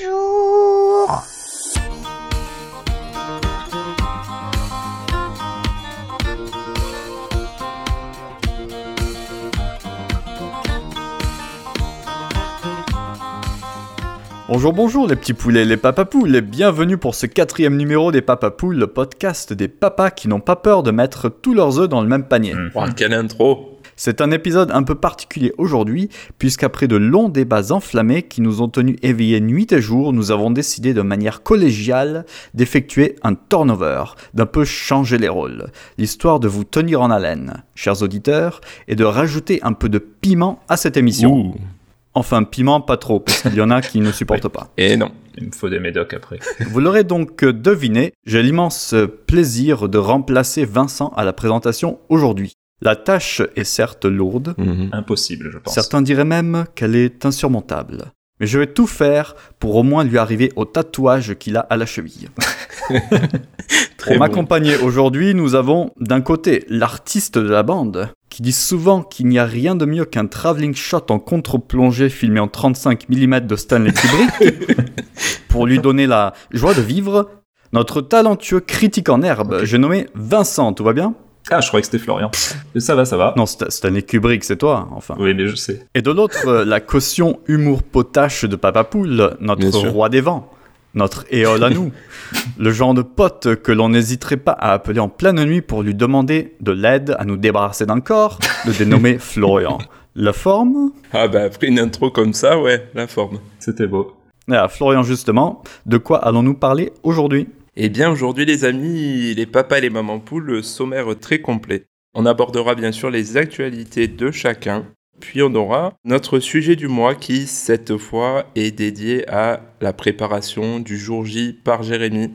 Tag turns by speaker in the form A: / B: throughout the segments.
A: Bonjour
B: Bonjour, bonjour les petits poulets, les papapoules, et bienvenue pour ce quatrième numéro des papapoules, le podcast des papas qui n'ont pas peur de mettre tous leurs œufs dans le même panier.
C: Ouah, quelle intro
B: C'est un épisode un peu particulier aujourd'hui, puisqu'après de longs débats enflammés qui nous ont tenus éveillés nuit et jour, nous avons décidé de manière collégiale d'effectuer un turnover, d'un peu changer les rôles, l'histoire de vous tenir en haleine, chers auditeurs, et de rajouter un peu de piment à cette émission.
C: Ouh.
B: Enfin, piment pas trop, parce qu'il y en a qui ne supportent pas.
C: Et Eh non.
D: Il me faut des médocs après.
B: Vous l'aurez donc euh, deviné, j'ai l'immense euh, plaisir de remplacer Vincent à la présentation aujourd'hui. La tâche est certes lourde,
D: Mhm. Impossible, je pense.
B: certains diraient même qu'elle est insurmontable. Mais je vais tout faire pour au moins lui arriver au tatouage qu'il a à la cheville. pour
C: Très bon.
B: m'accompagner aujourd'hui, nous avons d'un côté l'artiste de la bande, qui dit souvent qu'il n'y a rien de mieux qu'un travelling shot en contre-plongée filmé en 35 mm de Stanley Kubrick, pour lui donner la joie de vivre. Notre talentueux critique en herbe, j'ai nommé Vincent, tout va bien
D: Ah, je croyais que c'était Florian. Mais ça va, ça va.
B: Non, Sta- Stanley Kubrick, c'est toi, enfin.
D: Oui, mais je sais.
B: Et de l'autre, euh, la caution humour potache de Papa Poule,
C: Bien
B: notre
C: sûr.
B: roi des vents, notre éole à nous, le genre de pote que l'on n'hésiterait pas à appeler en pleine nuit pour lui demander de l'aide à nous débarrasser d'un corps, le dénommé Florian. La forme
C: Ah bah après une intro comme ça, ouais, la forme.
D: C'était beau.
B: Ah, Florian, justement, de quoi allons-nous parler aujourd'hui
C: Eh bien aujourd'hui les amis, les papas et les mamans poules, le sommaire très complet. On abordera bien sûr les actualités de chacun, puis on aura notre sujet du mois qui cette fois est dédié à la préparation du jour J par Jérémy,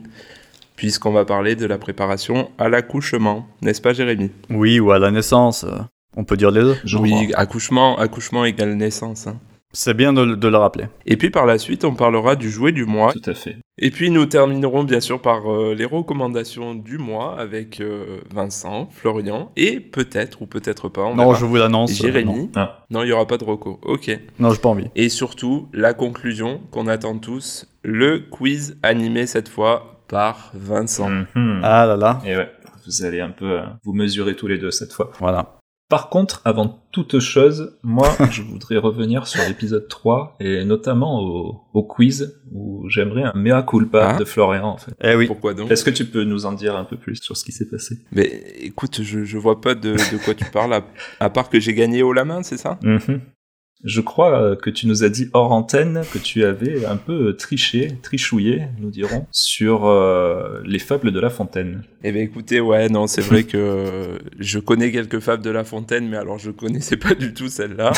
C: puisqu'on va parler de la préparation à l'accouchement, n'est-ce pas Jérémy
B: Oui, ou à la naissance euh, On peut dire les deux.
D: Je
C: Oui,
D: crois.
C: accouchement, accouchement égale naissance. hein.
B: C'est bien de, le- de le rappeler.
C: Et puis par la suite on parlera du jouet du mois,
D: Tout à fait.
C: Et puis nous terminerons bien sûr par euh, les recommandations du mois avec euh, Vincent, Florian et peut-être ou peut-être pas, on
B: Non,
C: verra.
B: je vous l'annonce. euh, Non,
C: Jérémy.
D: Ah.
C: Non, il n'y aura pas de reco. Ok.
B: non j'ai pas envie.
C: Et surtout la conclusion qu'on attend tous, le quiz animé cette fois par Vincent.
D: Mhm.
B: Ah là là,
D: Et ouais, vous allez un peu euh, vous mesurer tous les deux cette fois.
B: voilà.
D: Par contre, avant toute chose, moi, je voudrais revenir sur l'épisode 3 et notamment au, au quiz où j'aimerais un mea culpa
C: Ah.
D: de Florian en fait.
B: Eh oui,
C: Pourquoi donc
D: Est-ce que tu peux nous en dire un peu plus sur ce qui s'est passé
C: Mais écoute, je, je vois pas de, de quoi tu parles à, à part que j'ai gagné haut la main, c'est ça
D: Mhm. Je crois euh, que tu nous as dit hors antenne que tu avais un peu euh, triché, trichouillé, nous dirons, sur euh, les fables de La Fontaine.
C: Eh bien écoutez, ouais, non, c'est vrai que euh, je connais quelques fables de La Fontaine, mais alors je connaissais pas du tout celle-là.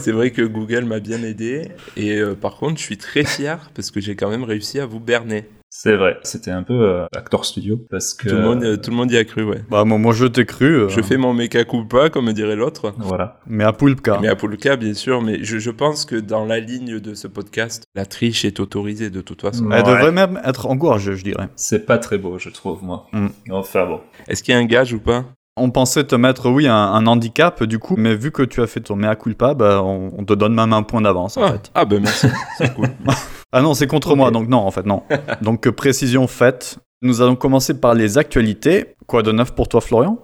C: c'est vrai que Google m'a bien aidé. Et euh, par contre, je suis très fier parce que j'ai quand même réussi à vous berner.
D: C'est vrai, c'était un peu euh, Actor Studio parce que
C: Tout, le monde, euh, tout le monde y a cru, ouais.
B: bah, moi, moi, je t'ai cru, euh,
C: Je fais mon meca culpa, comme dirait l'autre.
D: voilà.
B: mais à Poulpka.
C: Mais à Poulka, bien sûr, mais je, je pense que dans la ligne de ce podcast, la triche est autorisée de toute façon.
D: Mm.
B: Elle
D: Ouais.
B: devrait même être encouragée, je dirais.
D: C'est pas très beau, je trouve moi.
B: Mm.
D: Enfin bon.
C: Est-ce qu'il y a un gage ou pas
B: On pensait te mettre, oui, un, un handicap, du coup, mais vu que tu as fait ton mea culpa, bah, on, on te donne même un point d'avance, en
C: ah,
B: fait.
C: ah, ben merci, c'est cool.
B: Ah non, c'est contre moi, donc non, en fait, non. donc, euh, précision faite. Nous allons commencer par les actualités. Quoi de neuf pour toi, Florian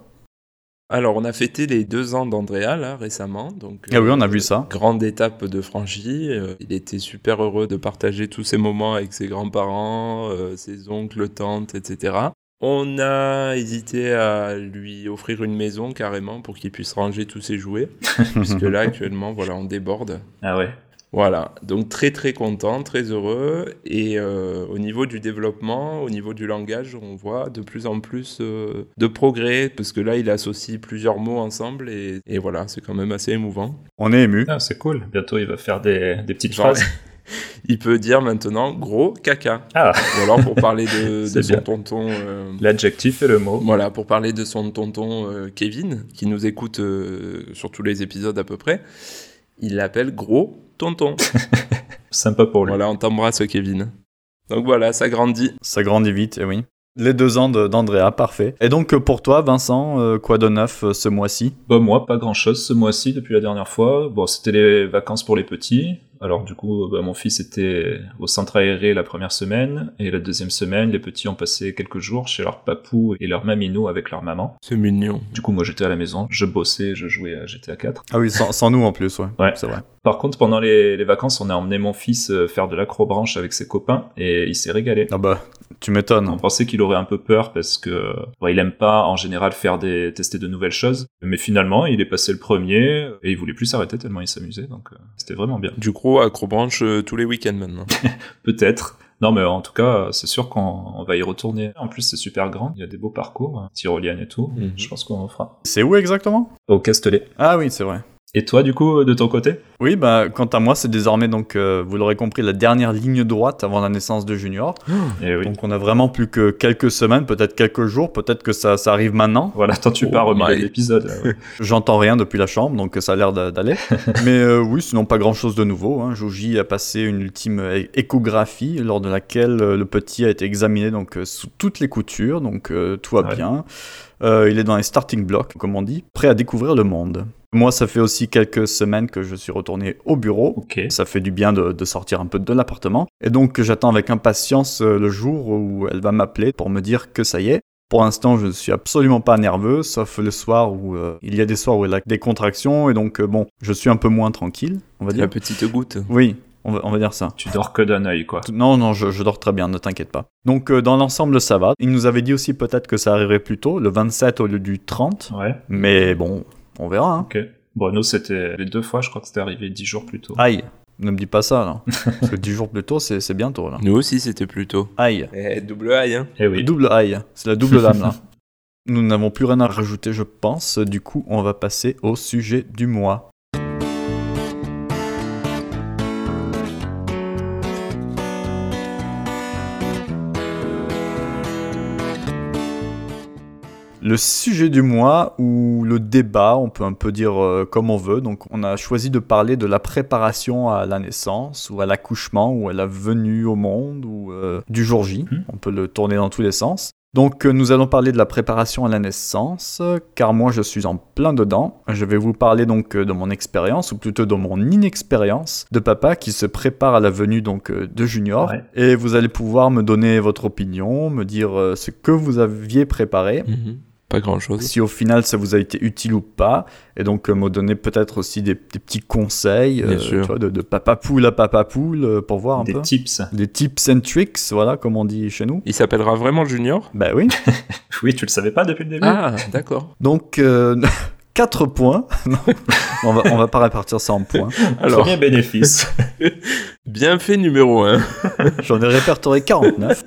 C: Alors, on a fêté les deux ans d'Andrea, là, récemment. Donc,
B: Ah oui, on a
C: euh,
B: vu ça.
C: Grande étape de franchie. euh, il était super heureux de partager tous ces moments avec ses grands-parents, euh, ses oncles, tantes, etc. On a hésité à lui offrir une maison carrément pour qu'il puisse ranger tous ses jouets. puisque là, actuellement, voilà, on déborde.
D: Ah ouais.
C: Voilà, donc très très content, très heureux. Et euh, au niveau du développement, au niveau du langage, on voit de plus en plus euh, de progrès, parce que là, il associe plusieurs mots ensemble, et, et voilà, c'est quand même assez émouvant.
B: On est ému.
D: Ah, c'est cool. Bientôt il va faire des, des petites
C: Genre-
D: phrases.
C: Il peut dire maintenant gros caca.
D: Ah.
C: Ou alors pour parler de,
D: C'est
C: de son
D: bien.
C: tonton. euh,
D: L'adjectif et le mot.
C: Voilà, pour parler de son tonton euh, Kevin, qui nous écoute euh, sur tous les épisodes à peu près, il l'appelle gros tonton.
D: Sympa pour lui.
C: voilà, on t'embrasse Kevin. Donc voilà, ça grandit.
B: Ça grandit vite, eh oui. Les deux ans de- d'Andrea, parfait. Et donc, euh, pour toi, Vincent, euh, quoi de neuf euh, ce mois-ci
D: Bah moi, pas grand chose ce mois-ci depuis la dernière fois. Bon, c'était les vacances pour les petits. Alors du coup, bah, mon fils était au centre aéré la première semaine, et la deuxième semaine, les petits ont passé quelques jours chez leur papou et leur maminou avec leur maman.
E: C'est mignon.
D: Du coup, moi j'étais à la maison, je bossais, je jouais à GTA 4.
B: Ah oui, sans, sans nous en plus, ouais.
D: Ouais.
B: C'est vrai.
D: Par contre, pendant les, les vacances, on a emmené mon fils euh, faire de l'acrobranche avec ses copains, et il s'est régalé.
B: Ah bah, tu m'étonnes.
D: On pensait qu'il aurait un peu peur parce que bon, il aime pas en général faire des tester de nouvelles choses, mais finalement il est passé le premier et il voulait plus s'arrêter tellement il s'amusait donc euh, c'était vraiment bien.
E: Du coup, Acrobranche euh, tous les week-ends maintenant.
D: Peut-être. Non mais en tout cas c'est sûr qu'on on va y retourner. En plus c'est super grand, il y a des beaux parcours, hein, tyrolienne et tout.
E: Mhm.
D: Je pense qu'on en fera.
B: C'est où exactement
D: Au Castelet.
B: Ah oui, c'est vrai.
D: Et toi du coup de ton côté
B: Oui, bah, quant à moi, c'est désormais, donc, euh, vous l'aurez compris, la dernière ligne droite avant la naissance de Junior.
D: Eh oui.
B: Donc, on a vraiment plus que quelques semaines, peut-être quelques jours, peut-être que ça, ça arrive maintenant.
D: Voilà, tant tu
E: Oh
D: pars au milieu
E: my.
D: de l'épisode. là, ouais.
B: J'entends rien depuis la chambre, donc ça a l'air d'a- d'aller. Mais euh, oui, sinon pas grand-chose de nouveau. Hein. Joji a passé une ultime é- échographie lors de laquelle euh, le petit a été examiné donc euh, sous toutes les coutures, donc euh, tout va
D: Ouais.
B: bien. Euh, il est dans les starting blocks, comme on dit, prêt à découvrir le monde. Moi, ça fait aussi quelques semaines que je suis retourné au bureau.
D: Ok.
B: Ça fait du bien de, de sortir un peu de l'appartement. Et donc j'attends avec impatience euh, le jour où elle va m'appeler pour me dire que ça y est. Pour l'instant, je ne suis absolument pas nerveux, sauf le soir où euh, il y a des soirs où elle a des contractions, et donc euh, bon, je suis un peu moins tranquille, on va dire.
E: La petite goutte.
B: Oui, on va, on va dire ça.
D: Tu dors que d'un œil quoi.
B: Non, non, je, je dors très bien, ne t'inquiète pas. Donc euh, dans l'ensemble, ça va. Il nous avait dit aussi peut-être que ça arriverait plus tôt, le 27 au lieu du 30,
D: Ouais.
B: mais bon, on verra. Hein.
D: Ok. Bon nous c'était les deux fois je crois que c'était arrivé dix jours plus tôt.
B: Aïe, ne me dis pas ça, là. Parce que 10 jours plus tôt, c'est c'est bientôt, là.
E: Nous aussi, c'était plus tôt.
B: Aïe.
E: Eh, double aïe, hein.
D: Eh oui.
B: Double aïe, c'est la double lame là. Nous n'avons plus rien à rajouter, je pense. Du coup, on va passer au sujet du mois. Le sujet du mois ou le débat, on peut un peu dire euh, comme on veut. Donc, on a choisi de parler de la préparation à la naissance ou à l'accouchement ou à la venue au monde ou euh, du jour J.
D: Mhm.
B: On peut le tourner dans tous les sens. Donc, euh, nous allons parler de la préparation à la naissance, euh, car moi je suis en plein dedans. Je vais vous parler donc euh, de mon expérience, ou plutôt de mon inexpérience, de papa qui se prépare à la venue donc euh, de Junior.
D: Ouais.
B: Et vous allez pouvoir me donner votre opinion, me dire euh, ce que vous aviez préparé
E: Mhm. Pas grand-chose.
B: si au final ça vous a été utile ou pas, et donc euh, me donner peut-être aussi des, des petits conseils euh,
E: Bien sûr.
B: tu vois, de, de papa poule à papa poule euh, pour voir un
D: Des
B: peu.
D: tips.
B: Des tips and tricks, voilà, comme on dit chez nous.
E: Il s'appellera vraiment Junior
B: Ben oui.
D: Oui, tu le savais pas depuis le début.
E: Ah, d'accord.
B: Donc, 4 points. Non, on, va, on va pas répartir ça en points.
E: Alors,
D: Premier bénéfice.
E: bienfait numéro 1.
B: J'en ai répertorié 49.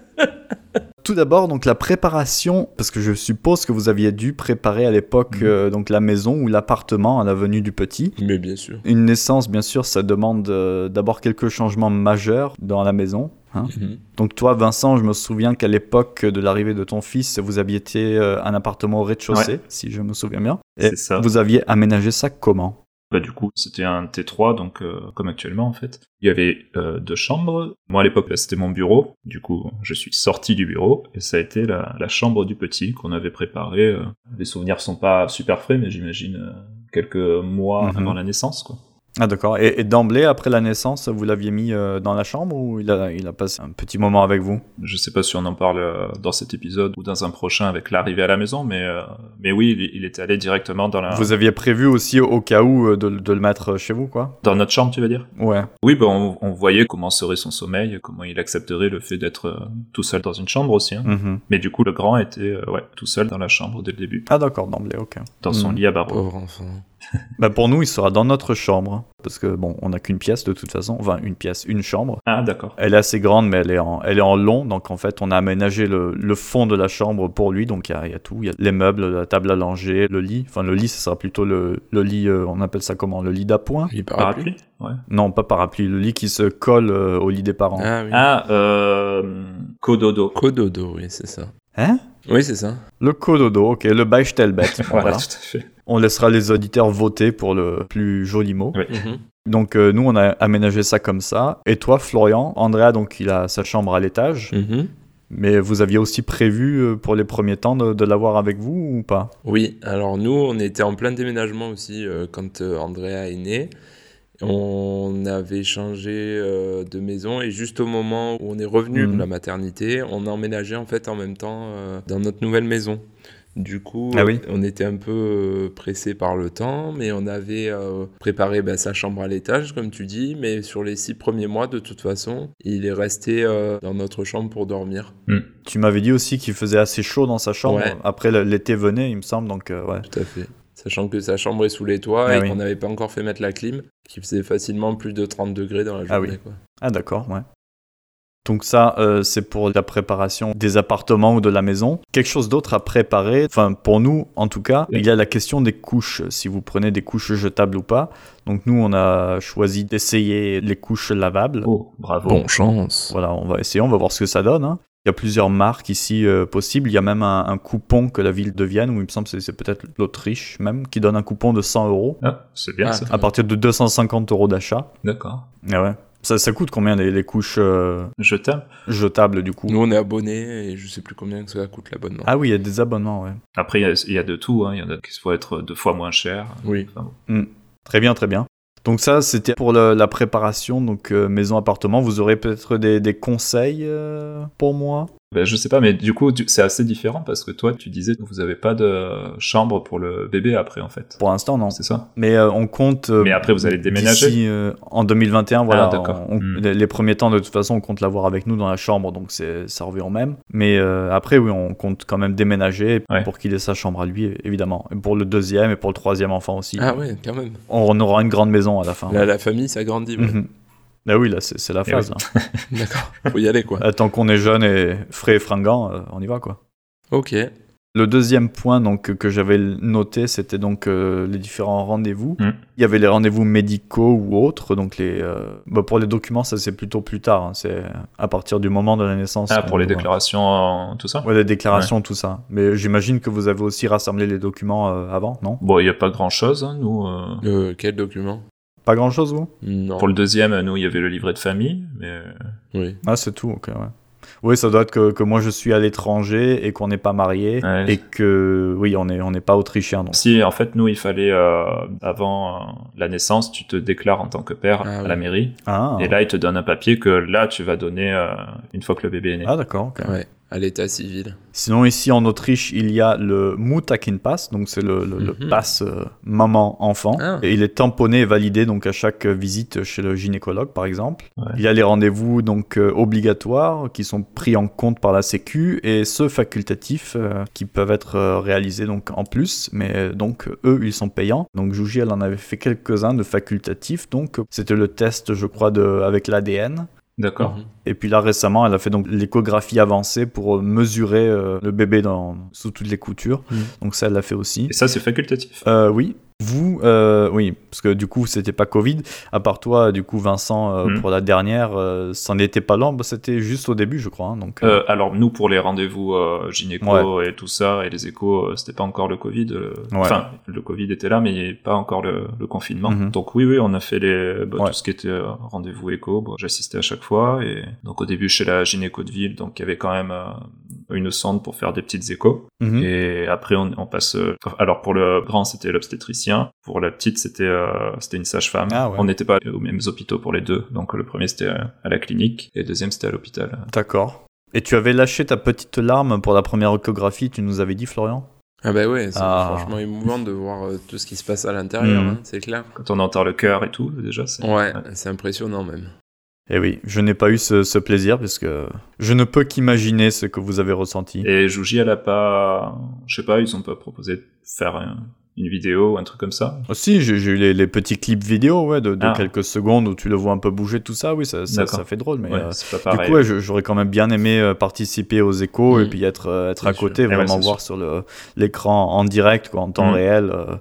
B: Tout d'abord, donc la préparation, parce que je suppose que vous aviez dû préparer à l'époque
D: Mhm.
B: euh, donc la maison ou l'appartement à la venue du petit.
E: Mais bien sûr.
B: Une naissance, bien sûr, ça demande euh, d'abord quelques changements majeurs dans la maison. hein.
E: Mhm.
B: Donc toi, Vincent, je me souviens qu'à l'époque de l'arrivée de ton fils, vous aviez été euh, un appartement au rez-de-chaussée, si je me souviens bien. Et
D: C'est ça.
B: vous aviez aménagé ça comment
D: Bah, du coup, c'était un T3, donc euh, comme actuellement en fait. Il y avait euh, deux chambres. Moi à l'époque, là, c'était mon bureau. Du coup, je suis sorti du bureau et ça a été la, la chambre du petit qu'on avait préparée. euh. Les souvenirs sont pas super frais, mais j'imagine euh, quelques mois
E: Mm-hmm.
B: Mhm.
D: avant la naissance, quoi.
B: Ah d'accord. Et, et d'emblée, après la naissance, vous l'aviez mis euh, dans la chambre ou il a, il a passé un petit moment avec vous
D: Je sais pas si on en parle euh, dans cet épisode ou dans un prochain avec l'arrivée à la maison, mais euh, mais oui, il, il était allé directement dans la
B: Vous aviez prévu aussi au cas où euh, de, de le mettre chez vous, quoi
D: dans notre chambre, tu veux dire
B: Ouais.
D: Oui, ben on, on voyait comment serait son sommeil, comment il accepterait le fait d'être euh, tout seul dans une chambre aussi. hein.
B: Mhm.
D: Mais du coup, le grand était euh, ouais, tout seul dans la chambre dès le début,
B: Ah d'accord, d'emblée, ok.
D: dans son
B: Mm.
D: lit à barreaux.
E: Pauvre enfant.
B: Bah pour nous, il sera dans notre chambre. Parce que bon, on n'a qu'une pièce de toute façon. Enfin, une pièce, une
E: Oh.
B: chambre.
D: Ah, d'accord.
B: Elle est assez grande, mais elle est en, elle est en long. Donc en fait, on a aménagé le, le fond de la chambre pour lui. Donc il y a- il y, a tout. Il y a les meubles, la table à langer, le lit. Enfin, le lit, ce sera plutôt le, le lit, euh, on appelle ça comment Le lit d'appoint
E: Il parle plus.
D: Parapluie ouais.
B: Non, pas parapluie. Le lit qui se colle euh, au lit des parents.
E: Ah oui.
D: Ah, euh, cododo.
E: Cododo, oui, c'est ça.
B: Hein
E: Oui, c'est ça.
B: Le cododo, ok. Le bête.
D: Voilà,
B: voilà.
D: tout à fait.
B: On laissera les auditeurs voter pour le plus joli mot.
E: Mhm.
B: Donc euh, nous, on a aménagé ça comme ça. Et toi, Florian, Andrea, donc il a sa chambre à l'étage.
E: Mhm.
B: Mais vous aviez aussi prévu euh, pour les premiers temps de, de l'avoir avec vous ou pas
E: Oui, alors nous, on était en plein déménagement aussi euh, quand euh, Andrea est né. On avait changé euh, de maison et juste au moment où on est revenu
B: Mhm.
E: de la maternité, on a emménagé en fait en même temps euh, dans notre nouvelle maison. Du coup,
B: Ah oui.
E: on était un peu pressé par le temps, mais on avait euh, préparé bah, sa chambre à l'étage, comme tu dis. Mais sur les six premiers mois, de toute façon, il est resté euh, dans notre chambre pour dormir.
B: Tu m'avais dit aussi qu'il faisait assez chaud dans sa chambre.
E: Ouais.
B: Après, le- l'été venait, il me semble, donc euh, ouais.
E: Tout à fait. Sachant que sa chambre est sous les toits
B: Ah
E: et
B: oui.
E: qu'on n'avait pas encore fait mettre la clim, qui faisait facilement plus de 30 degrés dans la journée.
B: Ah oui.
E: quoi.
B: Ah d'accord, ouais. Donc ça, euh, c'est pour la préparation des appartements ou de la maison. Quelque chose d'autre à préparer, enfin pour nous en tout cas,
D: Oui.
B: il y a la question des couches, si vous prenez des couches jetables ou pas. Donc nous, on a choisi d'essayer les couches lavables.
D: Oh, bravo.
E: Bon chance.
B: Voilà, on va essayer, on va voir ce que ça donne. hein. Il y a plusieurs marques ici euh, possibles. Il y a même un, un coupon que la ville de Vienne, ou il me semble que c'est- c'est peut-être l'Autriche même, qui donne un coupon de 100 euros
D: Ah, c'est bien
E: Ah.
D: ça.
B: à partir de 250 euros d'achat.
D: D'accord.
B: Ah ouais. Ça, ça coûte combien les, les couches euh,
D: Je t'aime.
B: jetables du coup
E: Nous, on est abonnés et je sais plus combien que ça coûte l'abonnement.
B: Ah oui, il y a des abonnements, ouais.
D: Après, il y a- il y, a de tout. hein. Il y en a qui se font être deux fois moins cher.
E: Oui.
D: Enfin, bon.
B: Très bien, très bien. Donc ça, c'était pour le- la préparation, donc euh, maison-appartement. Vous aurez peut-être des, des conseils euh, pour moi
D: Ben, je sais pas, mais du coup, tu- c'est assez différent parce que toi, tu disais que vous avez pas de chambre pour le bébé après, en fait.
B: Pour l'instant, non.
D: C'est ça
B: Mais euh, on compte... euh,
D: Mais après, vous allez déménager
B: d'ici, euh, en 2021, voilà.
D: Ah, d'accord.
B: on- on-
D: Hmm.
B: les, les premiers temps, de toute façon, on compte l'avoir avec nous dans la chambre, donc c'est- ça revient au même. Mais euh, après, oui, on compte quand même déménager
D: Ouais.
B: pour qu'il ait sa chambre à lui, évidemment. Et pour le deuxième et pour le troisième enfant aussi.
E: Ah ouais, quand même.
B: On aura une grande maison à la fin.
E: Là, la famille, ça grandit. ouais.
B: Ah. Mhm. Ah oui, là, c'est c'est la
D: Eh
B: phase.
D: oui.
B: là.
E: D'accord. Faut y aller, quoi.
B: Euh, Tant qu'on est jeune et frais et fringant, euh, on y va quoi.
E: Ok.
B: Le deuxième point donc, que- que j'avais noté, c'était donc euh, les différents rendez-vous.
D: Mm.
B: Il y avait les rendez-vous médicaux ou autres. Donc les, euh, bah, pour les documents, ça c'est plutôt plus tard. hein, c'est à partir du moment de la naissance.
D: Ah, pour les
B: déclarations.
D: déclarations, euh, tout ça
B: Ouais, les déclarations, tout ça. Mais j'imagine que vous avez aussi rassemblé les documents euh, avant, non
D: Bon, il n'y a pas grand chose, nous. euh,
E: Euh, quel document
B: Pas grand chose, vous
E: Non.
D: Pour le deuxième, nous, il y avait le livret de famille, mais euh,
E: Oui.
B: Ah, c'est tout, ok, ouais. Oui, ça doit être que, que moi je suis à l'étranger et qu'on n'est pas marié
D: Ouais.
B: et que, oui, on n'est on n'est pas autrichien. Donc.
D: si en fait nous il fallait euh, avant euh, la naissance tu te déclares en tant que père
E: Ah
D: à
E: oui.
D: la mairie
B: Ah,
D: et là il te donne un papier que là tu vas donner euh, une fois que le bébé est né.
B: ah d'accord, ok.
E: Ouais. À l'état civil.
B: Sinon, ici en Autriche, il y a le Mutakin Pass, donc c'est le, le, le
E: Mhm.
B: pass euh, maman-enfant.
E: Ah.
B: Et il est tamponné et validé donc à chaque euh, visite chez le gynécologue, par exemple.
D: Ouais.
B: Il y a les rendez-vous donc euh, obligatoires qui sont pris en compte par la Sécu et ceux facultatifs euh, qui peuvent être euh, réalisés donc en plus, mais euh, donc euh, eux ils sont payants. Donc Jouji elle en avait fait quelques-uns de facultatifs, donc euh, c'était le test je crois de avec l'ADN.
D: D'accord.
E: Mhm.
B: Et puis là récemment, elle a fait donc l'échographie avancée pour euh, mesurer euh, le bébé dans, sous toutes les coutures.
E: Mhm.
B: Donc ça, elle l'a fait aussi.
D: Et ça c'est facultatif.
B: Euh, oui. Vous, euh, oui, parce que du coup, c'était pas Covid. À part toi, du coup, Vincent, euh,
D: Mhm.
B: pour la dernière, euh, ça n'était pas long. Bah, c'était juste au début, je crois. hein, donc, euh,
D: Euh, alors nous pour les rendez-vous euh, gynéco et tout ça et les échos euh, c'était pas encore le Covid. euh,
B: Ouais.
D: Enfin le Covid était là mais il y avait pas encore le, le confinement.
B: Mhm.
D: Donc oui oui on a fait les bah,
B: Ouais.
D: tout ce qui était euh, rendez-vous écho. Bon, J'assistais à chaque fois et donc au début chez la gynéco de ville donc il y avait quand même euh, une sonde pour faire des petites échos.
B: mhm.
D: Et après, on, on passe. euh, alors pour le grand, c'était l'obstétricien. Pour la petite, c'était euh, c'était une sage-femme.
B: Ah ouais.
D: On n'était pas aux mêmes hôpitaux pour les deux. Donc le premier, c'était euh, à la clinique. Et le deuxième, c'était à l'hôpital.
B: D'accord. Et tu avais lâché ta petite larme pour la première échographie, tu nous avais dit, Florian
E: Ah bah ouais, c'est
B: Ah.
E: franchement émouvant de voir euh, tout ce qui se passe à l'intérieur,
D: Mhm.
E: hein, c'est clair.
D: Quand on entend le cœur et tout, déjà, c'est.
E: Ouais, c'est impressionnant même.
B: Eh oui, je n'ai pas eu ce, ce plaisir parce que je ne peux qu'imaginer ce que vous avez ressenti.
D: Et Jouji, elle a pas. Je sais pas, ils ont pas proposé de faire un- une vidéo ou un truc comme ça.
B: Ah, Si, j'ai j'ai eu les, les petits clips vidéo ouais, de, de
D: Ah.
B: quelques secondes où tu le vois un peu bouger, tout ça, oui, ça, ça,
D: D'accord.
B: ça fait drôle. Mais
D: ouais,
B: euh,
D: c'est pas
B: du
D: pareil.
B: coup, ouais, je- j'aurais quand même bien aimé euh, participer aux échos et
E: Mm.
B: puis être, euh, être à
E: C'est sûr.
B: côté,
D: ouais,
B: vraiment
D: Eh ben, c'est
B: voir sur le- l'écran en direct, quoi, en temps
D: Mm.
B: réel, euh,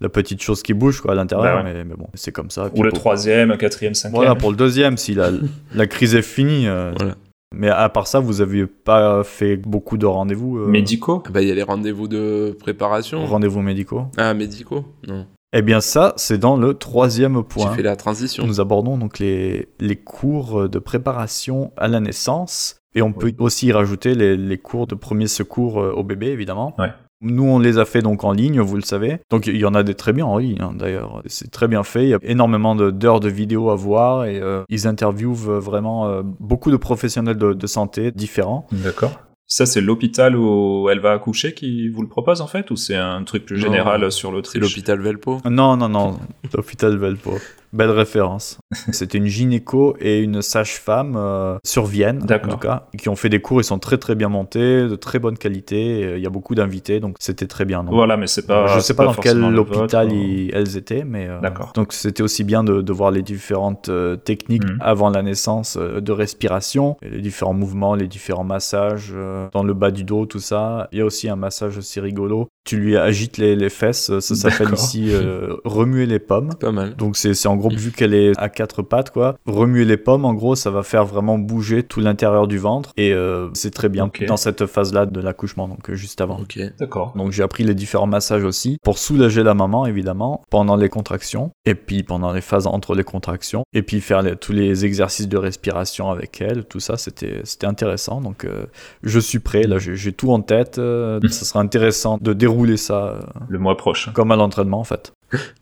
B: la petite chose qui bouge quoi, à l'intérieur.
D: Bah
B: mais, mais bon, c'est comme ça. Puis
D: Ou le
B: pour-
D: troisième, un quatrième, cinquième.
B: Voilà, pour le deuxième, si la, la crise est finie. euh,
E: Voilà.
B: Mais à part ça, vous n'aviez pas fait beaucoup de rendez-vous euh,
D: Médicaux
E: Ah bah il y a les rendez-vous de préparation.
B: rendez-vous médicaux
E: Ah, médicaux Non.
B: Eh bien, ça, c'est dans le troisième point.
E: J'ai fait la transition.
B: Nous abordons donc les, les cours de préparation à la naissance et on peut
D: Oui.
B: aussi y rajouter les, les cours de premier secours euh, au bébé, évidemment.
D: Ouais.
B: Nous, on les a fait donc en ligne, vous le savez. Donc, il y en a des très bien en ligne, hein, d'ailleurs. C'est très bien fait. Il y a énormément de- d'heures de, vidéos à voir et euh, ils interviewent euh, vraiment euh, beaucoup de professionnels de, de santé différents.
D: D'accord. Ça, c'est l'hôpital où elle va accoucher qui vous le propose, en fait Ou c'est un truc plus
E: Non,
D: général sur
E: C'est
D: l'Autriche
E: l'hôpital Velpo.
B: Non, non, non, l'hôpital Valpo. Belle référence. C'était une gynéco et une sage-femme euh, sur Vienne, en
D: D'accord.
B: tout cas, qui ont fait des cours. Ils sont très très bien montés, de très bonne qualité. et, euh, Il y a beaucoup d'invités, donc c'était très bien. non
D: Voilà, mais c'est pas.
B: je sais
D: Euh, c'est
B: pas, dans quel
D: forcément le
B: hôpital
D: vôtre, hein.
B: ils- elles étaient, mais euh,
D: D'accord.
B: donc c'était aussi bien de, de voir les différentes euh, techniques
D: Mhm.
B: avant la naissance euh, de respiration, et les différents mouvements, les différents massages euh, dans le bas du dos, tout ça. Il y a aussi un massage aussi rigolo. Tu lui agites les, les fesses, euh, ça s'appelle
D: D'accord.
B: ici euh, remuer les pommes.
E: Pas mal.
B: Donc c'est c'est en gros
E: Mhm.
B: vu qu'elle est à quatre pattes quoi, remuer les pommes en gros ça va faire vraiment bouger tout l'intérieur du ventre et euh, c'est très bien
D: Ok.
B: dans cette phase là de l'accouchement donc euh, juste avant.
E: Ok.
D: D'accord.
B: Donc j'ai appris les différents massages aussi pour soulager la maman évidemment pendant les contractions et puis pendant les phases entre les contractions et puis faire les- tous les exercices de respiration avec elle tout ça c'était c'était intéressant donc euh, je suis prêt là j'ai j'ai tout en tête euh,
D: Mhm.
B: ça sera intéressant de dérouler ça euh,
D: Le mois prochain.
B: comme à l'entraînement en fait.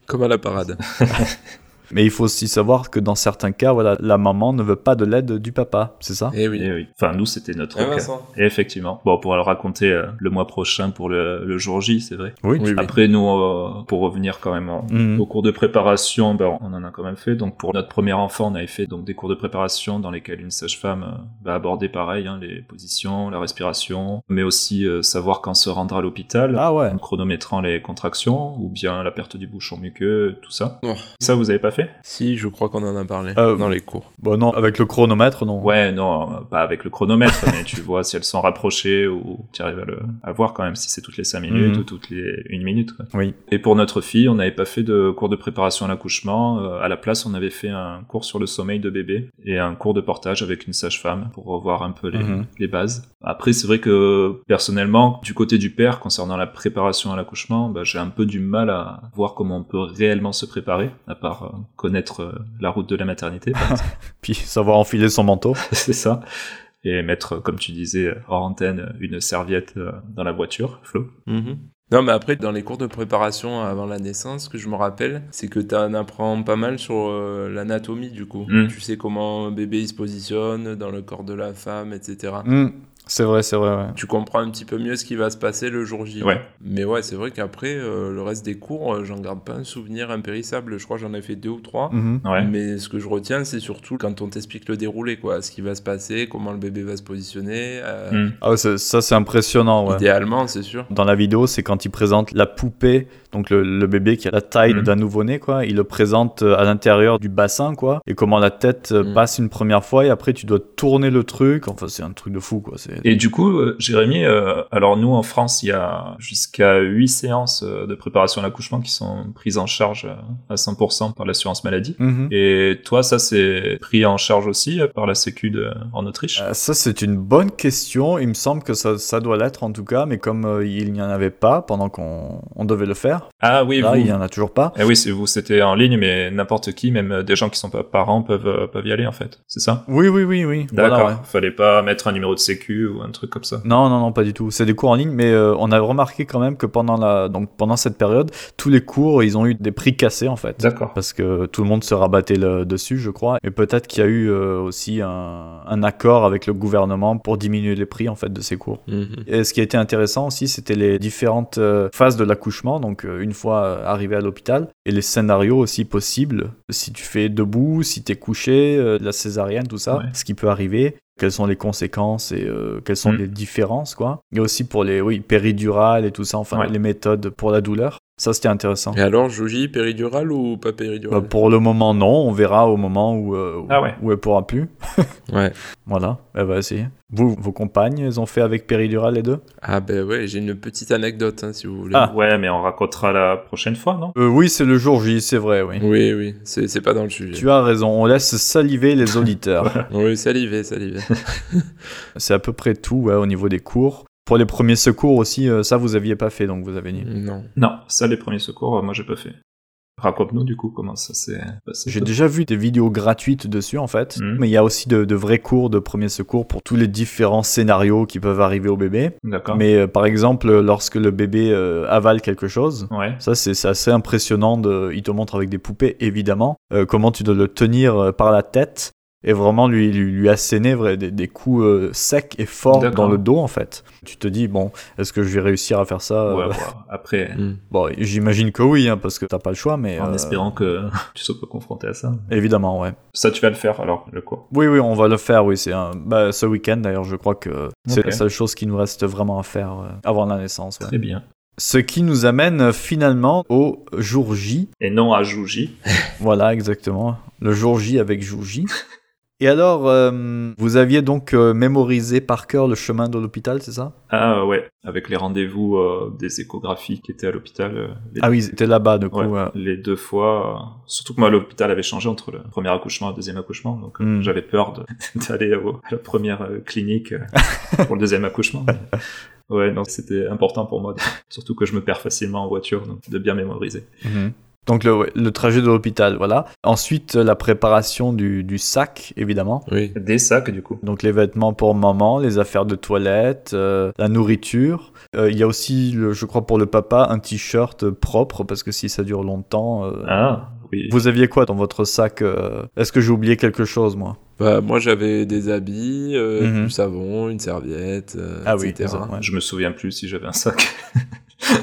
E: Comme à la parade.
B: Mais il faut aussi savoir que dans certains cas voilà la maman ne veut pas de l'aide du papa c'est ça
E: Eh oui.
D: Eh oui. Enfin, nous, c'était notre
C: Eh,
E: Ah,
D: cas.
E: Vincent.
D: Et effectivement. Bon, on pourra le raconter euh, le mois prochain pour le, le jour J, c'est vrai.
B: Oui.
E: Oui, oui.
D: Après, nous, euh, pour revenir quand même en-
B: Mhm.
D: Au cours de préparation, ben, on en a quand même fait. Donc pour notre premier enfant, on avait fait donc des cours de préparation dans lesquels une sage-femme euh, va aborder pareil hein, les positions, la respiration, mais aussi euh, savoir quand se rendre à l'hôpital,
B: Ah ouais.
D: en chronométrant les contractions ou bien la perte du bouchon muqueux, tout ça.
E: Oh.
D: Ça, vous avez pas fait
E: Si, je crois qu'on en a parlé
B: Euh,
E: dans les cours.
B: Bon non avec le chronomètre non.
D: Ouais, non, euh, pas avec le chronomètre, mais tu vois si elles sont rapprochées ou tu arrives à, le, à voir quand même si c'est toutes les 5 minutes
B: Mhm.
D: ou toutes les 1 minute. quoi.
B: Oui.
D: Et pour notre fille, on n'avait pas fait de cours de préparation à l'accouchement. Euh, à la place, on avait fait un cours sur le sommeil de bébé et un cours de portage avec une sage-femme pour revoir un peu les,
B: Mhm.
D: les bases. Après, c'est vrai que personnellement, du côté du père, concernant la préparation à l'accouchement, bah, j'ai un peu du mal à voir comment on peut réellement se préparer, à part euh, connaître euh, la route de la maternité.
B: Puis savoir enfiler son manteau.
D: c'est ça. Et mettre, comme tu disais, hors antenne, une serviette euh, dans la voiture, Flo.
B: mhm.
E: Non, mais après, dans les cours de préparation avant la naissance, ce que je me rappelle, c'est que tu en apprends pas mal sur euh, l'anatomie, du coup.
D: Mm.
E: Tu sais comment un bébé il se positionne dans le corps de la femme, etc.
B: Hmm, C'est vrai c'est vrai ouais.
E: Tu comprends un petit peu mieux ce qui va se passer le jour J.
D: Ouais.
E: Mais ouais, c'est vrai qu'après, euh, le reste des cours, euh, j'en garde pas un souvenir impérissable. Je crois que j'en ai fait deux ou trois.
B: Mhm.
D: Ouais.
E: Mais ce que je retiens, c'est surtout quand on t'explique le déroulé, quoi. Ce qui va se passer, comment le bébé va se positionner. euh,
D: Mm.
B: Ah ouais, ça, ça, c'est impressionnant, ouais.
E: Idéalement, c'est sûr.
B: Dans la vidéo, c'est quand il présente la poupée, donc le, le bébé qui a la taille
D: Mhm.
B: d'un nouveau-né, quoi. Il le présente euh, à l'intérieur du bassin, quoi. Et comment la tête euh,
E: Mhm.
B: passe une première fois et après tu dois tourner le truc. Enfin, c'est un truc de fou, quoi. C'est-
D: Et du coup, euh, Jérémy, euh, alors nous en France, il y a jusqu'à 8 séances euh, de préparation à l'accouchement qui sont prises en charge euh, à 100% par l'assurance maladie.
B: Mhm.
D: Et toi, ça c'est pris en charge aussi euh, par la Sécu de- en Autriche
B: Euh, ça, c'est une bonne question. Il me semble que ça, ça doit l'être en tout cas, mais comme euh, il n'y en avait pas pendant qu'on on devait le faire,
D: Ah oui,
B: là,
D: vous.
B: il n'y en a toujours pas.
D: Eh oui, c'est vous, c'était en ligne, mais n'importe qui, même euh, des gens qui sont pas parents, peuvent, euh, peuvent y aller en fait. C'est ça
B: Oui, oui, oui, oui. Voilà,
D: D'accord.
B: ouais.
D: Fallait pas mettre un numéro de Sécu ou un truc comme ça.
B: Non, non, non, pas du tout. C'est des cours en ligne, mais euh, on a remarqué quand même que pendant, la, donc, pendant cette période, tous les cours, ils ont eu des prix cassés en fait.
D: D'accord.
B: Parce que tout le monde se rabattait le- dessus, je crois. Et peut-être qu'il y a eu euh, aussi un, un accord avec le gouvernement pour diminuer les prix en fait de ces cours. Et ce qui a été intéressant aussi, c'était les différentes euh, phases de l'accouchement, donc euh, une fois euh, arrivé à l'hôpital, et les scénarios aussi possibles, si tu fais debout, si t'es couché, euh, la césarienne, tout ça,
D: Ouais.
B: ce qui peut arriver, quelles sont les conséquences et euh, quelles sont
D: Mm.
B: les différences, quoi. Et aussi pour les oui, péridurales et tout ça, enfin
D: Ouais.
B: les méthodes pour la douleur, ça c'était intéressant.
E: Et alors, Joji, péridurale ou pas
B: Bah,
E: péridurale
B: pour le moment, non, on verra au moment où, euh, où,
D: Ah ouais.
B: où elle pourra plus.
E: Ouais.
B: Voilà, elle va essayer. Vous, vos compagnes, elles ont fait avec péridurale les deux
E: Ah ben ouais, j'ai une petite anecdote, hein, si vous voulez.
B: Ah.
D: Ouais, mais on racontera la prochaine fois, non
B: Euh, Oui, c'est le jour J, c'est vrai, oui.
E: Oui, oui, c'est c'est pas dans le sujet.
B: Tu as raison, on laisse saliver les auditeurs.
E: Oui, salivé, salivé.
B: C'est à peu près tout ouais, au niveau des cours. Pour les premiers secours aussi, euh, ça vous aviez pas fait, donc vous avez dit.
E: non.
D: Non, ça, les premiers secours, euh, moi, j'ai pas fait. Raconte-nous du coup comment ça s'est passé.
B: J'ai déjà vu des vidéos gratuites dessus en fait,
D: Mhm.
B: mais il y a aussi de, de vrais cours de premier secours pour tous les différents scénarios qui peuvent arriver au bébé.
D: D'accord.
B: Mais euh, par exemple, lorsque le bébé euh, avale quelque chose,
D: Ouais.
B: ça c'est c'est assez impressionnant. De, il te montre avec des poupées évidemment euh, comment tu dois le tenir euh, par la tête et vraiment lui, lui, lui asséner vrai, des, des coups euh, secs et forts
D: D'accord.
B: dans le dos en fait. Tu te dis bon, est-ce que je vais réussir à faire ça
D: Ouais,
B: euh,
D: voir. Après,
B: Bon, j'imagine que oui hein, parce que t'as pas le choix, mais
D: en
B: euh,
D: espérant que tu sois pas confronté à ça.
B: évidemment ouais.
D: Ça, tu vas le faire alors, le cours.
B: Oui, oui, on va le faire, oui. C'est un... bah, ce week-end, d'ailleurs, je crois que c'est
D: Ok.
B: la seule chose qui nous reste vraiment à faire euh, avant la naissance. ouais.
D: Très bien.
B: Ce qui nous amène euh, finalement au jour J.
D: Et non à Jouji.
B: Voilà, exactement. Le jour J avec jour J. Et alors, euh, vous aviez donc euh, mémorisé par cœur le chemin de l'hôpital, c'est ça
D: Ah euh, ouais, avec les rendez-vous euh, des échographies qui étaient à l'hôpital. euh, les-
B: Ah oui, ils étaient là-bas, du coup. euh,
D: Ouais,
B: ouais.
D: les deux fois. euh, Surtout que moi, l'hôpital avait changé entre le premier accouchement et le deuxième accouchement. Donc, euh,
B: Mm.
D: j'avais peur de- d'aller au- à la première euh, clinique euh, pour le deuxième accouchement. mais, Ouais, donc c'était important pour moi. de- Surtout que je me perds facilement en voiture, donc de bien mémoriser.
B: Mhm. Donc, le, ouais, le trajet de l'hôpital, voilà. Ensuite, la préparation du, du sac, évidemment.
E: Oui.
D: Des sacs, du coup.
B: Donc les vêtements pour maman, les affaires de toilette, euh, la nourriture. Euh, Il y a aussi, le, je crois, pour le papa, un t-shirt propre parce que si ça dure longtemps. euh,
D: Ah, oui.
B: Vous aviez quoi dans votre sac euh, Est-ce que j'ai oublié quelque chose, moi
C: Bah, moi, j'avais des habits, euh,
B: Mhm.
C: du savon, une serviette, euh,
B: Ah oui,
C: etc.
B: ça, ouais.
D: Je me souviens plus si j'avais un sac.